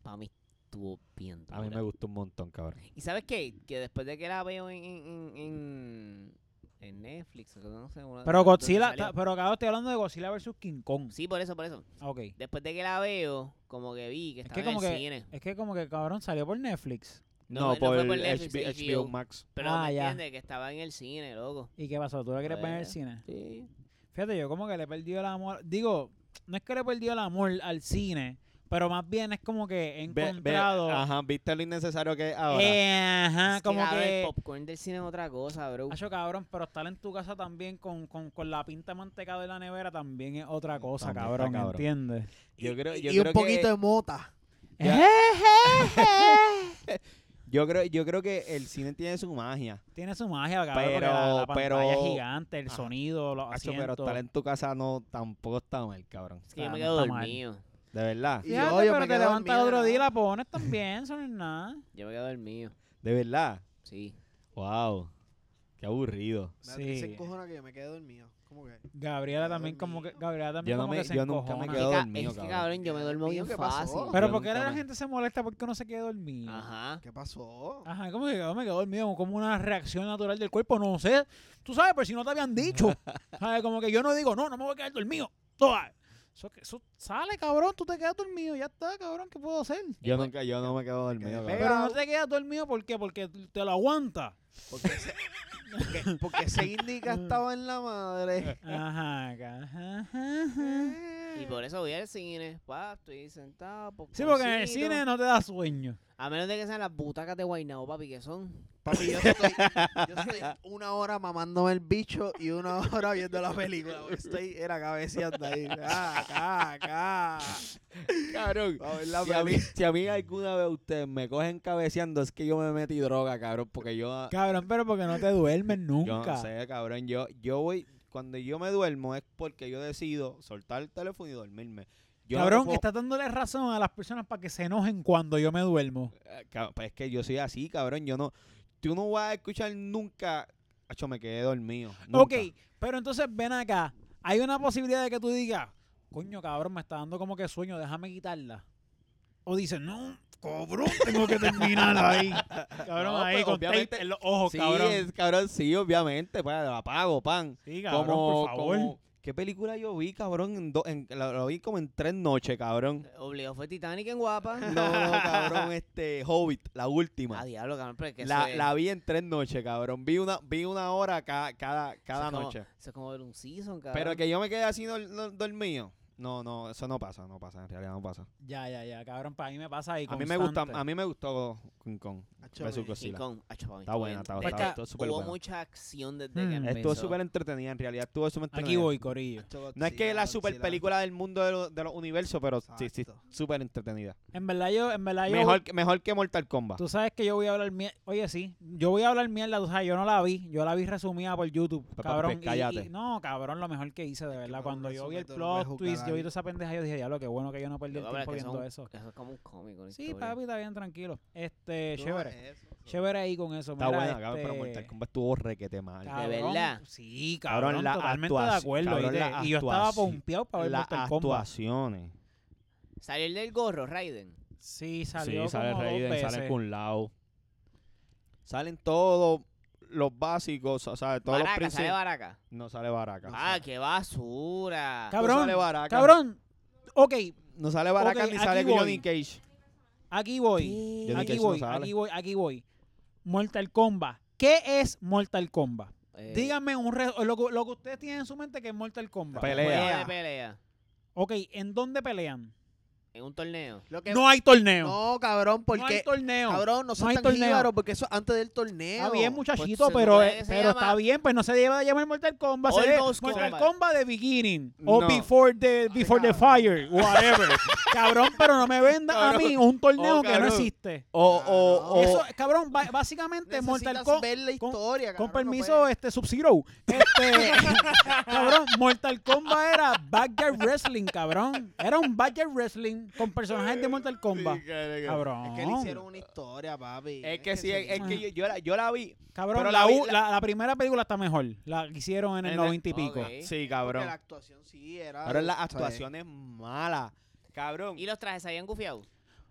Para mí estuvo bien
A mí
dura.
me gustó un montón, cabrón.
¿Y sabes qué? Que después de que la veo en, en- en, en, en Netflix, o no sé. una-
Pero
donde
Godzilla,
salió.
ta- pero cabrón, estoy hablando de Godzilla versus King Kong.
Sí, por eso, por eso.
Ah, Ok.
Después de que la veo, como que vi que
Es
estaba
que como
en el
que-
cine.
Es que como que cabrón salió por Netflix.
No,
No,
no fue
por,
por
el
Netflix,
HBO,
HBO.
Max.
Pero
Ah,
me
ya.
entiendes que estaba en el cine, loco.
¿Y qué pasó? ¿Tú la quieres ver en el
Pues,
cine?
Sí.
Fíjate, yo como que le he perdido el amor. Digo, no es que le he perdido el amor al cine, pero más bien es como que he
Ve- ve-
encontrado.
ajá, viste lo innecesario que es ahora.
Eh, ajá, como
el
que.
popcorn del cine es otra cosa, bro.
Hacho, cabrón, pero estar en tu casa también con, con, con la pinta de mantecado de la nevera también es otra cosa,
También está
cabrón,
cabrón.
¿entiendes?
yo creo, yo
y un
creo
poquito
que,
de mota.
Ya.
Eh,
Yo creo, yo creo que el cine tiene su magia.
Tiene su magia, cabrón, porque
Pero-
la, la pantalla
pero-
gigante, el
Ajá.
sonido, los
Hacho,
asientos.
pero estar en tu casa no tampoco está mal, cabrón.
es que yo
está-
me
ah, no
quedo
está mal.
dormido.
De verdad,
Y
Fíjate,
yo- yo
pero
me
te
quedo
levantas
dormido,
otro día y
¿no?
la pones también, eso no es nada.
Yo me quedo dormido.
de verdad.
Sí.
Wow, qué aburrido.
Espérate, Se
Sí.
encojona que yo me quedé dormido. ¿Cómo que?
Gabriela
Quedo
también como que
dormido.
Gabriela también
Yo no
como
me-
que se
yo nunca me
encojona.
quedo
Es que, ca-
dormido,
es que,
cabrón.
cabrón, yo me duermo
¿Qué
bien
pasó?
fácil.
Pero
Yo
porque ahora
nunca
la
me-
gente se molesta porque uno se queda dormido.
Ajá.
¿Qué pasó?
Ah,
Ajá, como que yo me quedo dormido, como una reacción natural del cuerpo, no sé. Tú sabes, pero si no te habían dicho. ¿Sabes? Como que yo no digo, no, no me voy a quedar dormido. Tú sabes. Eso, que- eso sale, cabrón, tú te quedas dormido, ya está, cabrón, ¿qué puedo hacer?
Eh,
Yo,
pues,
nunca, yo no me quedo dormido.
pega.
Pero no te quedas dormido, ¿por qué? Porque te lo aguanta.
Porque ese, porque, porque ese
<laughs>
indica estaba en la madre. Eh.
Ajá, ca- ajá, ajá.
Y por eso voy al cine, pa, estoy sentado.
Sí, porque en el cine no te da sueño.
A menos de que sean las butacas de Guaynao, papi, que son.
Papi, yo estoy, yo estoy una hora mamándome el bicho y una hora viendo la película. porque Estoy era cabeceando ahí. Ah, acá, acá. <laughs>
Cabrón.
A ver la
Si a, mí,
peli.
si a mí alguna vez ustedes me cogen cabeceando, es que yo me metí droga, cabrón. Porque yo.
Cabrón, pero porque no te duermes
Yo no
nunca.
sé, cabrón. Yo, yo voy. Cuando yo me duermo es porque yo decido soltar el teléfono y dormirme. Yo no
Cabrón,
puedo-
estás dándole razón a las personas para que se enojen cuando yo me duermo.
Eh, cab- pues es que yo soy así, cabrón. Yo no. Tú no vas a escuchar nunca. Acho, me quedé dormido. Nunca.
Ok, pero entonces ven acá. Hay una posibilidad de que tú digas, coño, cabrón, me está dando como que sueño, déjame quitarla. O dices, no, cabrón, tengo que terminar
<laughs>
ahí. Cabrón,
No,
ahí
pues,
con
obviamente-
tape en los ojos,
Sí,
oh, cabrón.
es- cabrón, sí, obviamente. Pues la apago, pan.
Sí, cabrón,
como,
por favor.
como- ¿Qué película yo vi, cabrón? En do- en- la, la vi como en tres noches, cabrón.
<laughs> Obligado fue Titanic en guapa. <laughs>
No, no, cabrón, este Hobbit, la última.
A diablo, cabrón, pero es que
La,
eso es-
la vi en tres noches, cabrón. Vi una, vi una hora ca- cada,
eso
cada
es como-
noche.
Eso es como ver un season, cabrón.
Pero que yo me quedé así dol- dol- dormido. No, no, eso no pasa, no pasa, en realidad no pasa.
Ya, ya, ya, cabrón, para mí me pasa ahí.
A mí, me gusta,
constante.
a mí me gustó King Kong
Acho,
versus
me-
King
Godzilla.
Kong, ah, chaval,
Está
estuvo
buena,
bien.
está-
Es
está-
que
está súper
Hubo
buena.
mucha acción desde que
Mm.
empezó.
Estuvo súper entretenida, en realidad estuvo súper
Aquí
entretenida.
voy, Corillo.
No es que la super película del mundo de, lo- de los universos, pero sí, sí,
Exacto.
súper entretenida.
En verdad yo, en verdad Ah, yo...
Mejor, que- mejor que Mortal Kombat.
Tú sabes que yo voy a hablar mierda. Oye, sí. Yo voy a hablar mierda. Tú sabes, yo no la vi. Yo la vi resumida por YouTube.
pues,
cabrón.
pues,
y-
cállate.
y- no, cabrón, lo mejor que hice, de verdad.
para
Cuando
un
yo vi el
resumen tú no puedes
plot twist,
juzgar
yo vi toda
algo.
esa pendeja. Yo dije, diablo, qué bueno que yo no perdí
Lo
el
que pasa es
tiempo
que eso es
viendo
un- Eso
eso.
es como un cómico. una
Sí,
historia.
papi, está bien, tranquilo. Este,
No,
chévere.
eso, eso.
Chévere ahí con eso.
Está
Mira,
buena, cabrón, pero
este,
Mortal Kombat estuvo requete mal.
De verdad.
Sí,
Cabrón,
cabrón.
la
totalmente de
actuaci-
acuerdo.
cabrón,
¿oíste?
la
y yo estaba
actuaci-
pompeado para ver
Las
Mortal Kombat.
actuaciones.
Salió el del gorro, Raiden.
Sí, salió
sí, sale
como dos
Raiden,
veces.
sale Kun Lao. Salen todos los básicos, o sea, todos los
Baraka,
principios.
sale Baraka.
No sale Baraka.
No
Ah,
sale.
qué basura.
Cab- Cabrón,
No sale Baraka.
Cabrón. Ok,
No sale Baraka
Ok,
ni
aquí
sale
voy.
Johnny Cage.
aquí voy.
¿Qué?
Johnny
aquí
Cage no
voy,
sale.
aquí voy, aquí voy. Mortal Kombat. ¿Qué es Mortal Kombat?
Eh,
Díganme un re- lo, que- lo que ustedes tienen en su mente que es Mortal Kombat.
Pelea.
juego de pelea.
Ok, ¿en dónde pelean?
En un torneo.
Lo que-
No hay torneo. No,
no, cabrón,
hay
porque.
torneo.
Cabrón, no
hay
son tan
torneo.
jíbaros porque eso es antes del torneo.
Está bien, muchachito,
Pues se
pero,
supone que se
pero
llama-
está bien, pues no se lleva a llamar Mortal Kombat. Se
All
debe-
Those
Mortal
Kombat.
Kombat de Beginning o
No.
Before the, before the Fire, whatever. cabrón, pero no me vendan a mí un torneo
Oh,
que no
cabrón.
existe.
O, o, o.
Eso, cabrón, ba- básicamente Mortal
Oh. Necesitas
Kombat.
ver la
con-
historia,
Con
cabrón, no
permiso,
puedes-
este Sub-Zero. Este, <laughs> cabrón, Mortal Kombat era Backyard Wrestling, cabrón. Era un Backyard Wrestling con personajes de Mortal Kombat. Cabrón.
Es que le hicieron una historia, papi.
Es que sí, es,
se-
es
Ah.
que yo, yo la, yo la vi.
Cabrón,
pero
la,
la vi-
u- la, la primera película está mejor. La que hicieron en el
En el-
90 y pico.
Ok.
Sí,
Porque
cabrón.
la actuación sí era.
Ahora las
pues.
¿sabes?
actuaciones malas. Cabrón. Ah,
¿Y los trajes se habían gufiado?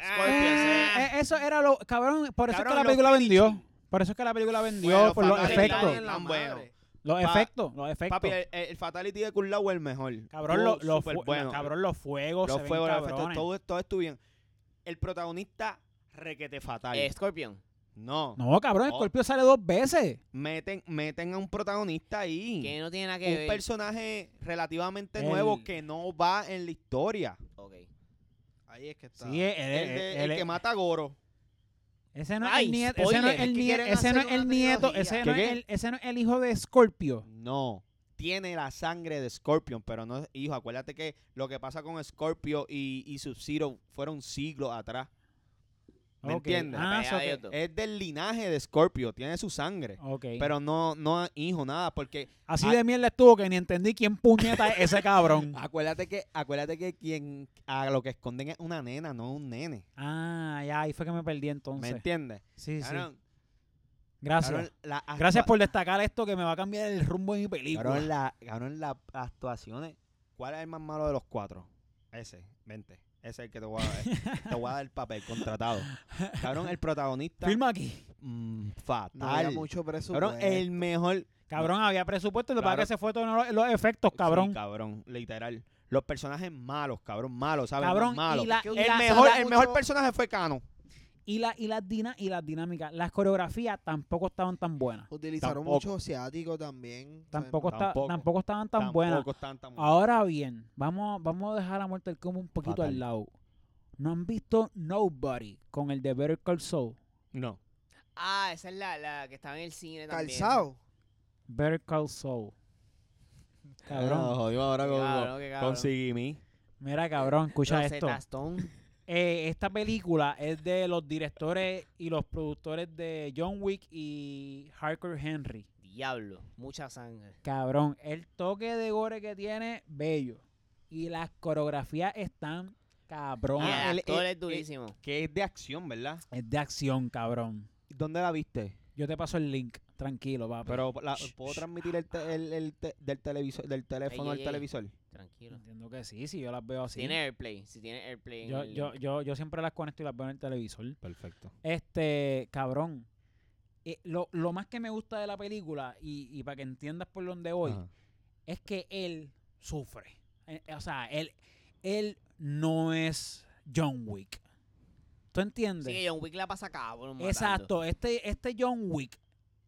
Eh,
Scorpion,
eh, eso era lo. Cabrón, por eso
pues, Cabrón,
es que la película
los finishing.
vendió. Por eso es que la película vendió,
Bueno,
por los
fatal.
efectos.
Dale, Tan
madre.
bueno.
Los
Pa-
efectos, los efectos.
Papi, el, el Fatality de Kun Lao es el mejor.
Cabrón,
Estuvo
los, los
súper
fue-
bueno.
cabrón, los fuegos.
Los
se ven
fuegos, los efectos,
cabrones.
todo, todo estuvo bien. El protagonista requete fatal.
eh. Eh, Scorpion.
No.
No, cabrón,
Oh.
Scorpio sale dos veces.
Meten, meten a un protagonista ahí.
Que no tiene nada que
Un
ver.
personaje relativamente
El-
nuevo que no va en la historia.
Ok.
Ahí es que está.
Sí, eh, él- él-
Ah. el, de-
él-
el que mata a Goro.
Ese no es
Ay,
el nieto, ese no es
spoiler,
el
es que
nieto,
quieren
ese no es
hacer
el
una
nieto,
trilogía.
ese
¿Qué,
no es
qué?
el, ese no es el hijo de Scorpio.
No. Tiene la sangre de Scorpion, pero no es hijo. Acuérdate que lo que pasa con Scorpio y, y Sub-Zero fueron siglos atrás. ¿Me
Ok.
entiendes?
Ah,
Pelea
so
de
que-
otro.
Es del linaje de Scorpio, tiene su sangre.
ok.
Pero no, no hijo, nada, porque
Así
ah-
de mierda estuvo que ni entendí quién puñeta es ese
<laughs>
cabrón.
acuérdate que, acuérdate que quien a lo que esconden es una nena, no un nene.
Ah, ya, ahí fue que me perdí
¿Me
entonces.
entiendes?
sí, sí.
Cabrón,
Gracias.
cabrón, la
Gracias
actua-
por destacar esto que me va a cambiar el rumbo de mi película.
Cabrón, la, cabrón, las actuaciones. ¿Cuál es el más malo de los cuatro? Ese, vente. Ese es el que te voy a dar. te voy a dar el papel contratado. Cabrón, el protagonista.
Filma aquí.
mm,
No había
fatal.
mucho presupuesto.
cabrón, el mejor.
Cabrón, había presupuesto, lo que pasa es
Claro.
que se fue todos los, los efectos,
Sí,
cabrón.
cabrón, literal. Los personajes malos, cabrón, malos, ¿sabes?
Cabrón,
Los malos.
y, la-
que
y
un-
el
la-
mejor,
la-
el mejor
mucho-
personaje fue Cano.
y, la- y las dina- y las dinámicas, las coreografías tampoco estaban tan buenas.
Utilizaron
Tampoco.
mucho asiático también. o sea,
Tampoco, esta-
tampoco.
tampoco estaban tan buenas.
Tampoco están tan buenas.
Ahora bien, vamos, vamos a dejar a Mortal Kombat un poquito
Fatal.
al lado. ¿No han visto Nobody con el de Better Call Saul?
No.
Ah, esa es la, la que estaba en el cine
no-
también.
calzado.
Better Call Saul. Cabrón.
Ah, jodido ahora
Qué cabrón, qué cabrón.
Sigimi.
Mira, cabrón, escucha
Los
esto.
Zetastón.
Eh, esta película es de los directores y los productores de John Wick y Harker Henry.
Diablo, mucha sangre.
Cabrón, el toque de gore que tiene, bello. Y las coreografías están cabrón.
Y
Ah,
el
el-
actor
el-
es durísimo.
Que es de acción, ¿verdad?
Es de acción, cabrón.
¿Dónde la viste?
Yo te paso el link, tranquilo, papi.
Ah, Pero la-
Shh,
puedo
shh.
transmitir el, te- el- el te- del televisor del teléfono
Ey,
al
ey, ey.
televisor.
Tranquilo.
entiendo que sí, si yo las veo así.
Tiene AirPlay. Si tiene AirPlay. en
Yo,
el
yo,
link.
yo, yo siempre las conecto y las veo en el televisor.
Perfecto.
Este, cabrón. eh, lo, lo más que me gusta de la película, y, y para que entiendas por dónde voy, es que él sufre. Eh, eh, o sea, él, él no es John Wick. ¿Tú entiendes?
Sí, que John Wick la pasa cabrón. matando.
Exacto. Este, este John Wick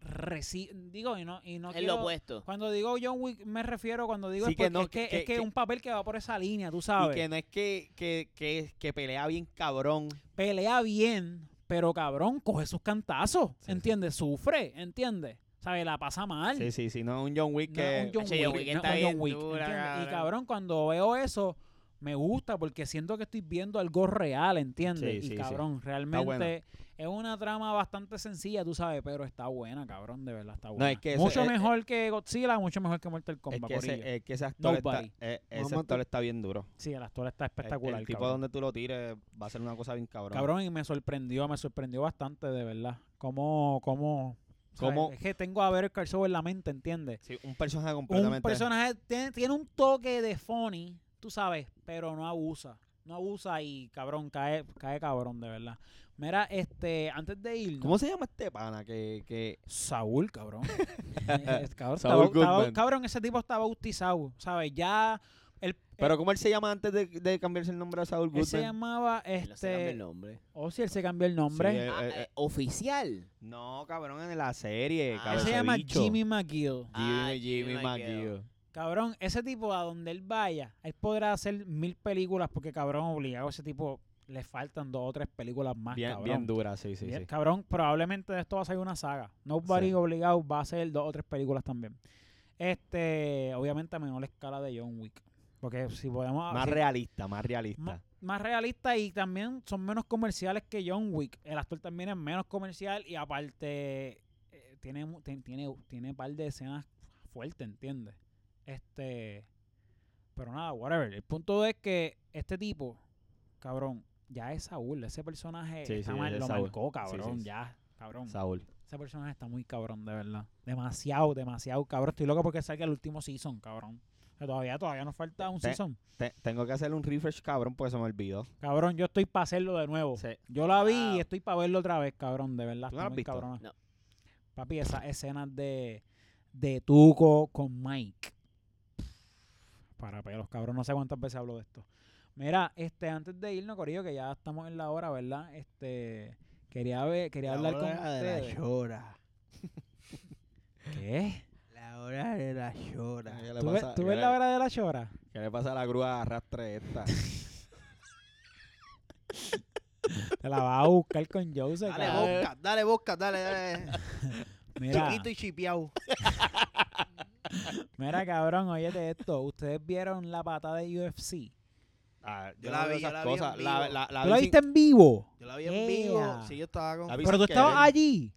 reci- digo, y no, y no
es
quiero- este
lo opuesto.
Cuando digo John Wick, me refiero cuando digo
Sí,
es
que
porque
no,
es que,
que-
es que
que-
un papel que va por esa línea, tú
Y
sabes.
que no es que, que, que, que pelea bien cabrón.
pelea bien, pero cabrón, coge sus cantazos,
Sí, sí.
¿entiendes? Sufre, ¿entiendes? ¿Sabes? La pasa mal.
Sí, sí, sí. No es un John Wick
No
que...
es un John
Ese John
Wick,
Wick
no
está
es un John
bien
Wick,
dura,
¿entiendes? Y
cabrón.
cabrón, cuando veo eso, me gusta porque siento que estoy viendo algo real, ¿entiendes?
Sí, sí,
y
sí.
cabrón,
buena.
realmente es una trama bastante sencilla, tú sabes, pero está buena, cabrón, de verdad está buena.
es que ese-
mucho
eh,
mejor que Godzilla, mucho mejor que Mortal
es
Kombat,
que
corillo.
ese, es que ese actor, está,
Nobody.
eh, ese
Vamos a
actor
tu-
está bien duro.
sí, el actor está
El-
espectacular,
el tipo
cabrón.
donde tú lo tires va a ser una cosa bien cabrón.
Cabrón, y me sorprendió, me sorprendió bastante, de verdad. Cómo, cómo... ¿sabes?
Cómo-
Es que tengo a ver el calzón en la mente, ¿entiendes?
Sí, un personaje completamente...
Un personaje tiene, tiene un toque de funny, tú sabes, pero no abusa. No abusa y cabrón, cae, cae cabrón, de verdad. Mira, este, antes de ir.
¿Cómo se llama este pana? Que, que...
Saúl,
<laughs>
cabrón. Eh, cabrón, está bau-
Saúl
está bau-
Goodman.
cabrón, ese tipo está bautizado, ¿sabes? Ya. Él,
Pero ¿cómo él se llama antes de, de cambiarse el nombre a Saul
él se
Goodman?
llamaba
Él se cambia el
este.
nombre.
O si él se cambió el nombre.
Sí,
él
eh,
Ah,
eh,
eh, oficial.
No, cabrón, en la serie.
Ah,
cabrón,
se
ese
llama
bicho.
Jimmy McGill.
Ah,
Jimmy, Jimmy
Jimmy McGill.
McGill.
Cabrón, ese tipo a donde él vaya, él podrá hacer mil películas porque cabrón, obligado ese tipo le faltan dos o tres películas más,
Bien,
Ah, cabrón.
bien dura, sí, sí,
Bien,
sí.
Cabrón, probablemente de esto va a salir una saga. Nobody
Sí.
obligado va a ser dos o tres películas también. Este, obviamente a menor escala de John Wick. Porque si podemos.
Más
si-
realista, más realista.
ma- más realista y también son menos comerciales que John Wick. El actor también es menos comercial y aparte eh, tiene, mu- ti- tiene, tiene un par de escenas fuertes, ¿entiendes? Este. Pero nada, whatever. El punto es que este tipo, cabrón, ya es Saúl. Ese personaje
Sí,
está
sí,
mal-
es
lo
Saúl.
marcó,
Sí, sí,
cabrón,
sí.
ya. Cabrón.
Saúl.
Ese personaje está muy cabrón, de verdad. Demasiado, demasiado, cabrón. Estoy loco porque salga el último season, cabrón. O sea, todavía, todavía nos falta un
Te-
season.
Te- tengo que hacer un refresh, cabrón, porque se me olvidó.
Cabrón, yo estoy para hacerlo de nuevo.
Se-
Yo la vi y
Wow.
estoy para verlo otra vez, cabrón, de verdad.
¿Tú
está
no la has
muy
visto?
cabrona.
No.
Papi, esas escenas de, de Tuco con Mike. Para pelos, cabrón, no sé cuántas veces hablo de esto. Mira, este, antes de irnos, Corillo, que ya estamos en la hora, ¿verdad? Este, quería ver, quería hablar con ustedes.
llora.
¿Qué?
La hora de la llora.
¿Qué
¿Tú, ves- tú ves la hora de la chora?
¿Qué le pasa a la grúa de arrastre
<laughs>
esta?
Te la vas a buscar con Jose,
Dale
cabrón.
bosca, dale bosca, dale, dale.
Mira.
Chiquito y chipiao.
Mira, cabrón, óyete esto. ¿Ustedes vieron la patada de UFC?
Ah,
Yo la
no veo
vi, yo
esas
la vi en
cosas.
vivo.
La, la, la
¿Tú la
vi
viste
sin-
en vivo?
Yo la vi en vivo.
Ea.
Sí, yo estaba con.
La vi
Pero tú
sin
estabas
querer.
allí.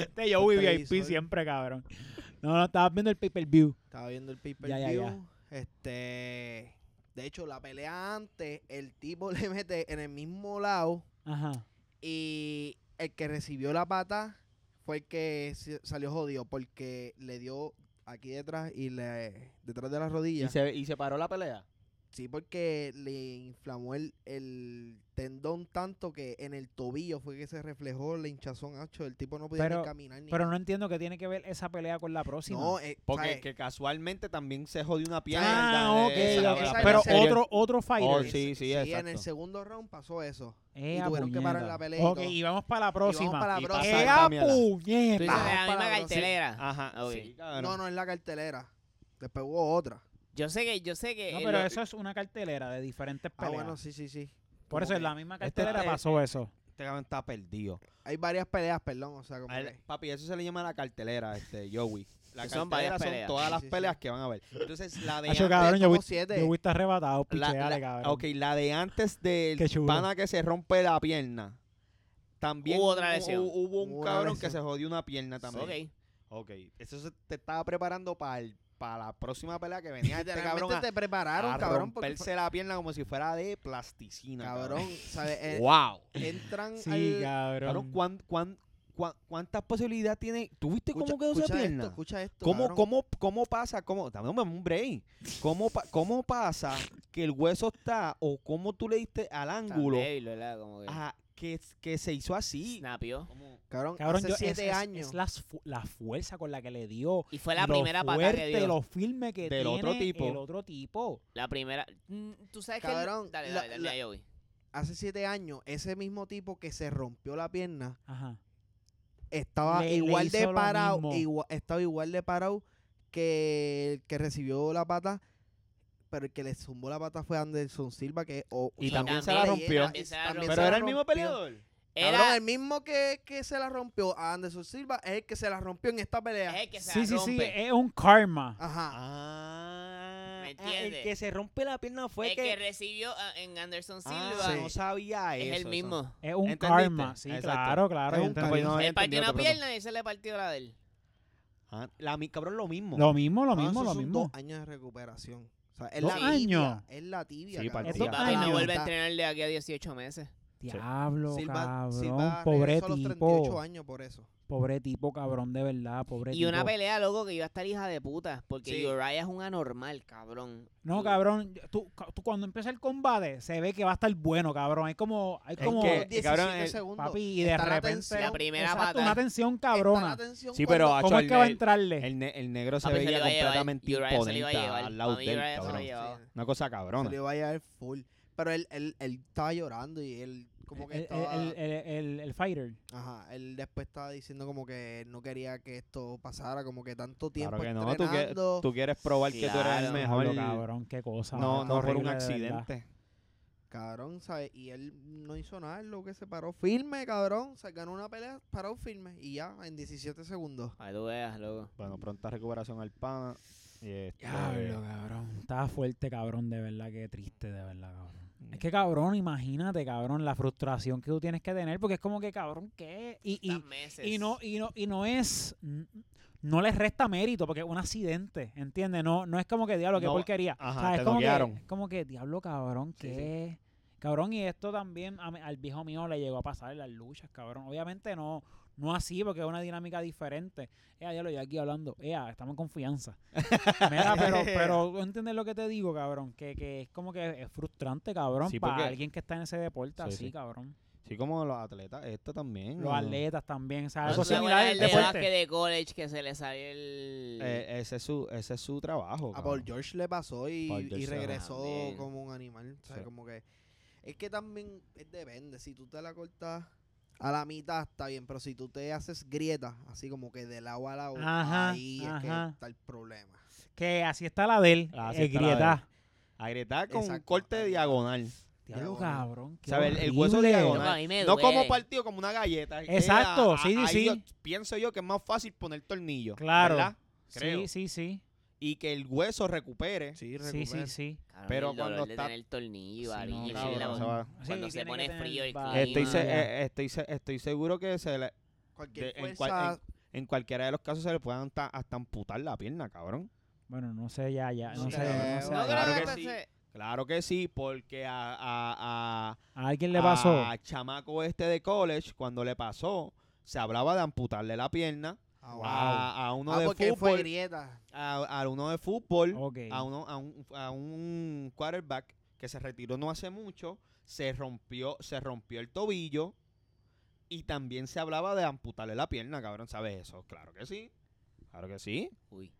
este yo
Por televisor.
siempre, cabrón. No, no, estabas viendo el pay-per-view.
Estaba viendo el pay per
Ya, ya, ya.
view. Este. De hecho, la pelea antes, el tipo <laughs> le mete en el mismo lado.
Ajá.
Y el que recibió la pata fue el que se- salió jodido porque le dio aquí detrás y le detrás de la rodilla.
¿Y se, ¿Y se paró la pelea?
Sí, porque le inflamó el, el tendón tanto que en el tobillo fue que se reflejó la hinchazón, hacho. El tipo no podía
Pero-
ni caminar ni
Pero no
nada.
entiendo que tiene que ver esa pelea con la próxima.
No, eh,
Porque
¿sabes?
que casualmente también se jodió una pierna.
ah, ok.
de-
esa-
ok.
esa-
Pero
esa-
otro, otro fighter.
Oh, sí, sí,
en el
exacto.
segundo round pasó eso.
Ea,
Y tuvieron que parar
puñeta.
la pelea y
Ok,
todo.
y vamos para la
Y vamos
próxima.
para la
Y
próxima.
pasa-
¡Ea,
Cámbiala.
Tú
puñeta!
dices, la
Vamos para
misma
la próxima.
cartelera.
Ajá,
Ok.
sí, cabrón.
No, no, es la cartelera. Después hubo otra.
Yo sé que, yo sé que.
No,
eh,
pero
lo-
eso es una cartelera de diferentes
Ah,
peleas.
bueno, sí, sí, sí.
Por
como
eso en
que
la misma
este-
cartelera
este-
pasó eso.
Este cabrón está perdido.
Hay varias peleas, perdón. O sea, como
A él-
que-
papi, eso se le llama la cartelera, este, Joey. La
Que son
cartelera son,
varias peleas.
todas
Sí,
las
sí, sí.
peleas que van a ver. Entonces,
<laughs>
la de
Hacho,
antes-
cabrón, yo
como
voy-
siete.
Yo voy a estar arrebatado,
la,
picheale,
la-
cabrón.
ok, la de antes del
Qué chulo.
pana que se rompe la pierna. También
Hubo otra lesión.
Hubo, hubo un
Hubo una
cabrón que se
lesión.
jodió una pierna también.
Ok.
Ok, eso se te estaba preparando para la próxima pelea que venía este
Literalmente
cabrón a,
te prepararon,
a
cabrón. porque
romperse la pierna como si fuera de plasticina.
Cabrón, ¿sabes? Eh,
wow.
entran
Sí,
Mm, al-
cabrón.
Cabrón, ¿cuán, cuán, cuán- cuántas posibilidades tiene? ¿Tuviste
Escucha-
cómo quedó esa
escucha
pierna?
Esto, escucha esto,
¿Cómo,
cabrón.
cómo, ¿Cómo pasa? ¿Cómo? Dame un- un break. ¿Cómo, pa- ¿Cómo pasa que el hueso está o cómo tú le diste al
Tan
ángulo
débil, ¿verdad? Como que.
a que, que se hizo así?
Snapió.
Como-
Cabrón,
Cabrón,
hace
yo- es-
siete
es,
años.
es la, fu- la fuerza con la que le dio.
Y fue la
lo
primera patada que
fuerte,
dio.
Lo firme que
Del otro
tiene
tipo.
El otro tipo.
La primera. Mm, Tú sabes que. él-
Cabrón,
Dale,
la-
dale, dale,
la-
ahí voy.
Hace siete años, ese mismo tipo que se rompió la pierna
Ajá.
estaba
Le- le
igual
hizo
de
lo
parado,
mismo.
igua- estaba igual de parado que el que recibió la pata, pero el que le zumbó la pata fue Anderson Silva, que o-
Y
o sea,
también
una
se la
leyenda,
rompió.
y
También se la
también
rompió.
se
¿Pero
la
era el mismo
rompió.
peleador?
Cabrón,
Era.
el mismo que, que se la rompió a Anderson Silva es el que se la rompió en esta pelea.
Es el que se
sí,
la
sí, eh, sí.
rompe.
Es un karma.
Ajá.
Ah,
¿Me
ah,
entiendes?
El que se rompe la pierna fue
El
que...
que recibió ah, en Anderson
Ah,
Silva.
sí.
no sabía eso.
Es el
eso.
mismo.
Es un
¿Entendiste?
karma. Sí,
Exacto.
claro, claro.
Es
yo
un
entendí.
karma.
había
Él partió
entendido,
una
te perdono.
pierna y se le partió la de él.
Ah, la, mi- cabrón, lo mismo.
Lo mismo, lo
No,
mismo,
esos
lo
son
mismo.
Dos años de recuperación. O sea, es
¿Dos
la
años?
tibia. Es la tibia.
Sí,
cabrón.
partida. Estos
Papi, no
años.
vuelve a entrenar de aquí a 18 meses.
Diablo,
Silva-
cabrón.
Silva
pobre
regresó a los 38
tipo.
años por eso.
Pobre tipo, cabrón, de verdad. Pobre
Y
tipo.
una pelea, loco, que iba a estar hija de puta. Porque
Sí.
Uriah es un anormal, cabrón.
No,
Y-
cabrón, yo- tú, ca- tú cuando empieza el combate se ve que va a estar bueno, cabrón. Hay como, hay
Es
como
que- cabrón, el-
segundos.
papi y de
está la
repente
tensión,
La primera
Exacto,
patada.
una tensión
Está
cabrona.
la tensión
Sí, pero
cuando-
Acho,
¿Cómo es que va a
el-
entrarle?
El, ne- el negro se
Papi, Ah, se lo
veía
iba a llevar,
completamente
y Uriah se lo
imponente
iba a llevar.
al lado
Para mí,
del
Uriah se lo
cabrón.
llevaba.
Una cosa
Se
cabrona.
le va a llevar full. Pero él, él, él estaba llorando y él como que
El,
estaba...
el- el- el- el fighter.
Ajá, él después estaba diciendo como que no quería que esto pasara, como que tanto tiempo
Claro que no, tú, que-
entrenando.
tú quieres probar que tú eres el
Claro,
mejor.
Diablo, cabrón, qué cosa.
no,
qué
no por
horrible,
un
de
accidente.
Cabrón, ¿sabes? Y él no hizo nada, lo que se paró firme, cabrón. Se ganó una pelea, paró firme y ya, en 17 segundos.
Para que tú veas, loco.
Bueno, pronta recuperación al pana. Y este,
verdad. Diablo, cabrón. Estaba fuerte, cabrón, de verdad, qué triste, de verdad, cabrón. Es que, cabrón, imagínate, cabrón, la frustración que tú tienes que tener, porque es como que, cabrón, ¿qué? Y, y,
Tantos meses.
y no y no y no es no les resta mérito porque es un accidente ¿entiendes? no no es como que diablo qué
No,
porquería
ajá,
O sea,
te
es como
noquearon.
que es como que diablo cabrón
Sí, sí.
qué cabrón y esto también a mi- al viejo mío le llegó a pasar en las luchas cabrón obviamente no no así porque es una dinámica diferente Ea, ya lo yo aquí hablando Ea, estamos en
<laughs>
confianza mira pero pero ¿tú entiendes lo que te digo cabrón que, que es como que es frustrante cabrón
Sí,
para
porque-
alguien que está en ese deporte
Sí, Mm.
así
sí.
cabrón
Sí, como los atletas, esto también.
los
¿no?
atletas también o sea,
Ah,
No,
algo
tú te
similar
acuerdas
al
el de
Ah, deporte
básquet de college que se le salió el...
Eh, ese, es su, ese es su trabajo.
Ah, pues,
A Paul
cabrón.
George le pasó y,
Paul
y
George se la-
regresó
También.
como un animal. O sea,
Sí.
como que. Es que también es depende. Si tú te la cortas a la mitad, está bien. Pero si tú te haces grietas, así como que de lado a lado,
Ajá,
ahí es
ajá.
que está el problema.
Que así Ah, está la de él,
Así
es
está la de él.
grieta.
Agrietar con un
Exacto,
corte
agrietar.
diagonal.
Diablo,
Diagonal.
cabrón. qué
¿Sabes? El- El hueso
horrible.
Loco, a
diagonal.
mí me
No como
duele.
partido, como una galleta. Eh,
Exacto,
a-
sí, sí,
ahí
sí.
yo pienso yo que es más fácil poner tornillo.
Claro.
¿verdad? Creo.
Sí, sí, sí.
Y que el hueso recupere.
Sí,
Sí, sí, sí.
Cabrón,
Pero
el dolor
cuando
de
está-
tener el tornillo,
Sí,
varilla,
no,
y
cabrón,
la-
se va.
cuando
Sí,
se
tiene que
pone
tener
frío el
varias.
clima.
Estoy, se-
ya.
eh, estoy, se- estoy seguro que se le-
Cualquier
de- en cual-
fuerza.
en cualquiera de los casos se le puedan hasta, hasta amputar la pierna, cabrón.
Bueno, no sé ya, ya. eh, No,
No
sé,
creo.
no sé.
No
Claro
creo
que
que
sí.
se-
Claro que sí, porque a, a, a-
¿A alguien le pasó?
a chamaco este de college, cuando le pasó, se hablaba de amputarle la pierna
Ah, wow.
a, a uno
Ah,
de
porque fue
fútbol,
grieta.
a, a uno de fútbol,
Ok.
a, uno, a, un, a un quarterback que se retiró no hace mucho, se rompió, se rompió el tobillo y también se hablaba de amputarle la pierna, cabrón, ¿sabes eso? Claro que sí, claro que sí.
Uy.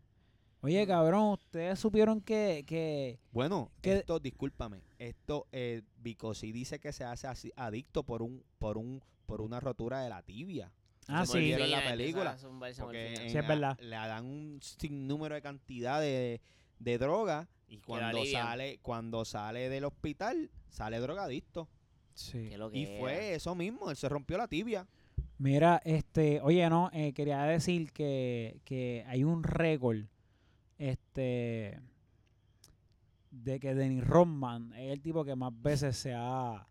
Oye, cabrón, ustedes supieron que, que
Bueno,
¿Qué-
esto, discúlpame, esto, eh, Bicosi dice que se hace así, adicto por un, por un, por una rotura de la tibia.
Ah,
se
sí.
volvieron
Morfina,
la
empieza
película,
a zumbarse
Porque
morfina.
en
Sí, es
la-
verdad.
le dan un sinnúmero de cantidad de, de droga y cuando
alivian.
sale, cuando sale del hospital, sale drogadicto.
Sí.
Que lo que
Y
era.
fue eso mismo, él se rompió la tibia.
Mira, este, oye, no, eh, quería decir que, que hay un récord, este, de que Dennis Rodman es el tipo que más veces se ha,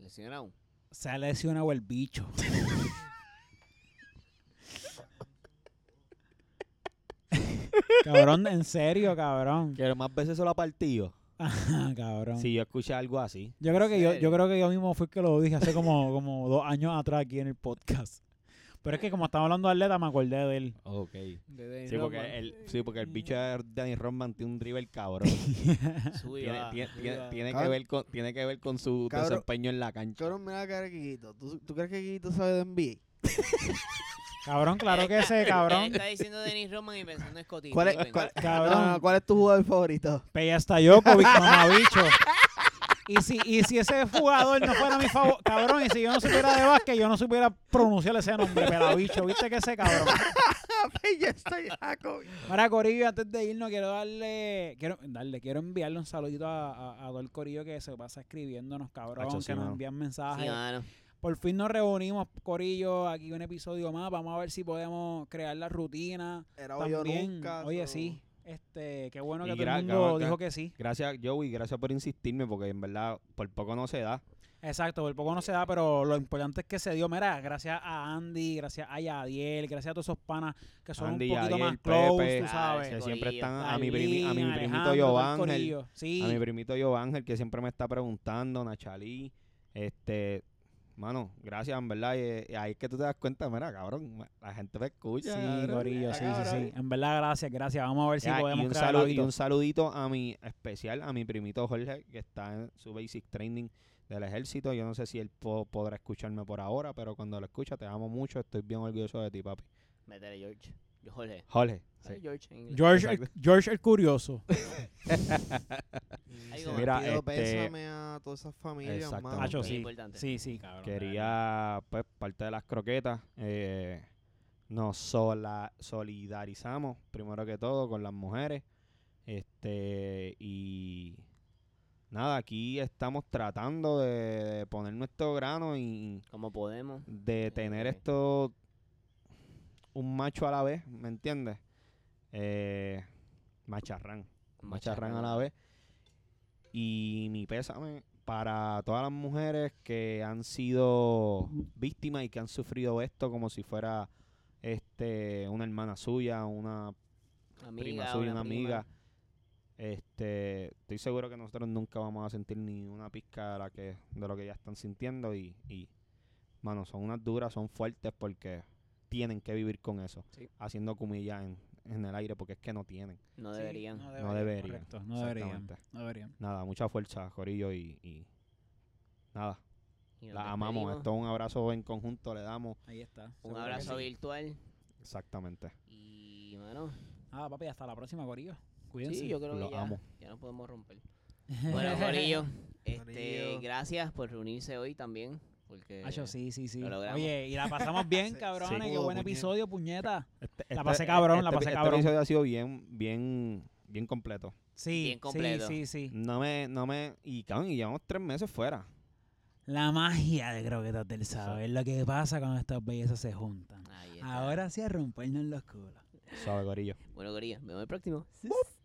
Lesionado.
se ha lesionado el bicho. <laughs> cabrón, en serio, cabrón.
Que más veces solo ha partido.
Ajá, <laughs> cabrón.
Si yo escuché algo así.
Yo creo que yo, yo
serio?
creo que yo mismo fui el que lo dije hace como, como dos años atrás aquí en el podcast. Pero es que como estamos hablando de atleta, me acordé de él.
Ok. Sí porque, el, sí, porque el bicho de Danny Rodman tiene un dribble cabrón. tiene,
<laughs>
tiene- tiene- tiene que
Cabrón.
ver con, tiene que ver con su
Cabrón.
desempeño en la cancha.
Cabrón, mira la cara de Kikito. ¿Tú, tú crees que Kikito sabe de NBA?
Cabrón, claro que sé, cabrón.
<laughs> Está diciendo Denis Roman y pensando en Scottie
¿Cuál es,
Pippen.
cuál-
Cabrón.
no, no, ¿cuál es tu jugador favorito?
Peya hasta Jokovic, mamabicho. Y si, y si ese jugador no fuera mi favor, cabrón, y si yo no supiera de básquet, yo no supiera pronunciar ese nombre, pelabicho, ¿viste que ese cabrón?
ya estoy Jacobi.
Ahora, Corillo, antes de irnos, quiero darle, quiero darle, quiero enviarle un saludito a, a, a todo el Corillo que se pasa escribiéndonos, cabrón,
Hacho, sí,
que nos
mano.
envían
Sí,
mensajes.
mano.
Por fin nos reunimos, Corillo, aquí un episodio más. Vamos a ver si podemos crear la rutina.
Era hoy o
También,
nunca.
oye,
so-
sí. Este, qué bueno
Y
que todo
gra-
el mundo
cabrón,
dijo
cabrón.
que sí.
Gracias, Joey, gracias por insistirme, porque en verdad por poco no se da.
Exacto, por poco no se da, pero lo importante es que se dio. Mira, gracias a Andy, gracias a Yadiel, gracias a todos esos panas que son
Andy,
un poquito más
Yadiel,
close,
Pepe,
tú
ah,
Alex,
sabes.
Que siempre
Corillo.
están a
Darlene,
mi, primi- a mi primito
Alejandro,
Yo
todo el
Ángel.
corillo. Sí,
A mi primito Yo Ángel, que siempre me está preguntando, Nachalí. Este, mano, gracias, en verdad. Y, y ahí es que tú te das cuenta, mira, cabrón, ma- la gente me escucha.
sí,
cabrón,
Corillo,
mira,
sí, sí,
cabrón.
sí. En verdad, gracias, gracias. Vamos a ver si
Ya, y,
podemos
un
crear el
salu- y
hábito.
un saludito a mi especial, a mi primito Jorge, que está en su basic training del ejército. Yo no sé si él po- podrá escucharme por ahora, pero cuando lo escucha, te amo mucho. Estoy bien orgulloso de ti, papi.
Métele, George. Yo, Jorge.
Jorge.
Ay, George en inglés.
George, el, George el Curioso.
Ahí
Se
como-
Mira,
pido
este-
pésame a todas esas familias,
Exacto.
mano.
Hacho,
Bien
sí.
importante.
Sí, sí, cabrón.
Ah, quería, pues, parte de las croquetas. eh, nos sola- solidarizamos, primero que todo, con las mujeres. Este, y nada, aquí estamos tratando de, de poner nuestro grano y
Como podemos.
de tener
ok.
esto un macho a la vez, ¿me entiendes? Eh, macharrán macharrán a la vez. Y mi pésame para todas las mujeres que han sido víctimas y que han sufrido esto como si fuera este una hermana suya, una
Amiga,
prima suya, una
prima.
amiga. Este, estoy seguro que nosotros nunca vamos a sentir ni una pizca de, la que, de lo que ya están sintiendo y, y, mano, son unas duras, son fuertes porque tienen que vivir con eso,
Sí.
haciendo comillas en, en el aire porque es que no tienen.
No
Sí,
deberían.
No
No deberían.
correcto, no deberían.
Exactamente.
No deberían.
Nada, mucha fuerza, Corillo, y, y nada,
Y nos
la amamos.
despedimos.
Esto es un abrazo en conjunto, le damos.
Ahí está.
Un
Seguro que
abrazo
sí.
virtual.
Exactamente.
Y, mano.
Ah, papi, hasta la próxima, Corillo. Cuídense.
Sí, yo creo
Lo
que ya,
amo.
ya no podemos romper. Bueno, Corillo, este,
Corillo.
gracias por reunirse hoy también. Porque
Hacho, Ah, sí, sí, sí.
lo logramos.
Oye, y la pasamos
<laughs>
bien, cabrones.
Sí.
Qué
Pudo,
buen
puñeta.
episodio, puñeta.
Este-
La
este-
pasé cabrón, la
este-
pasé
este
cabrón.
episodio ha sido bien, bien, bien completo.
Sí,
Bien completo.
sí, sí, sí.
No me, no me, y cabrón, y llevamos tres meses fuera.
La magia de croquetas del saber. Lo que pasa cuando estas bellezas se juntan.
Ahí está.
Ahora sí a rompernos los culos.
Suave, Corillo.
Bueno, Corillo, nos vemos el próximo.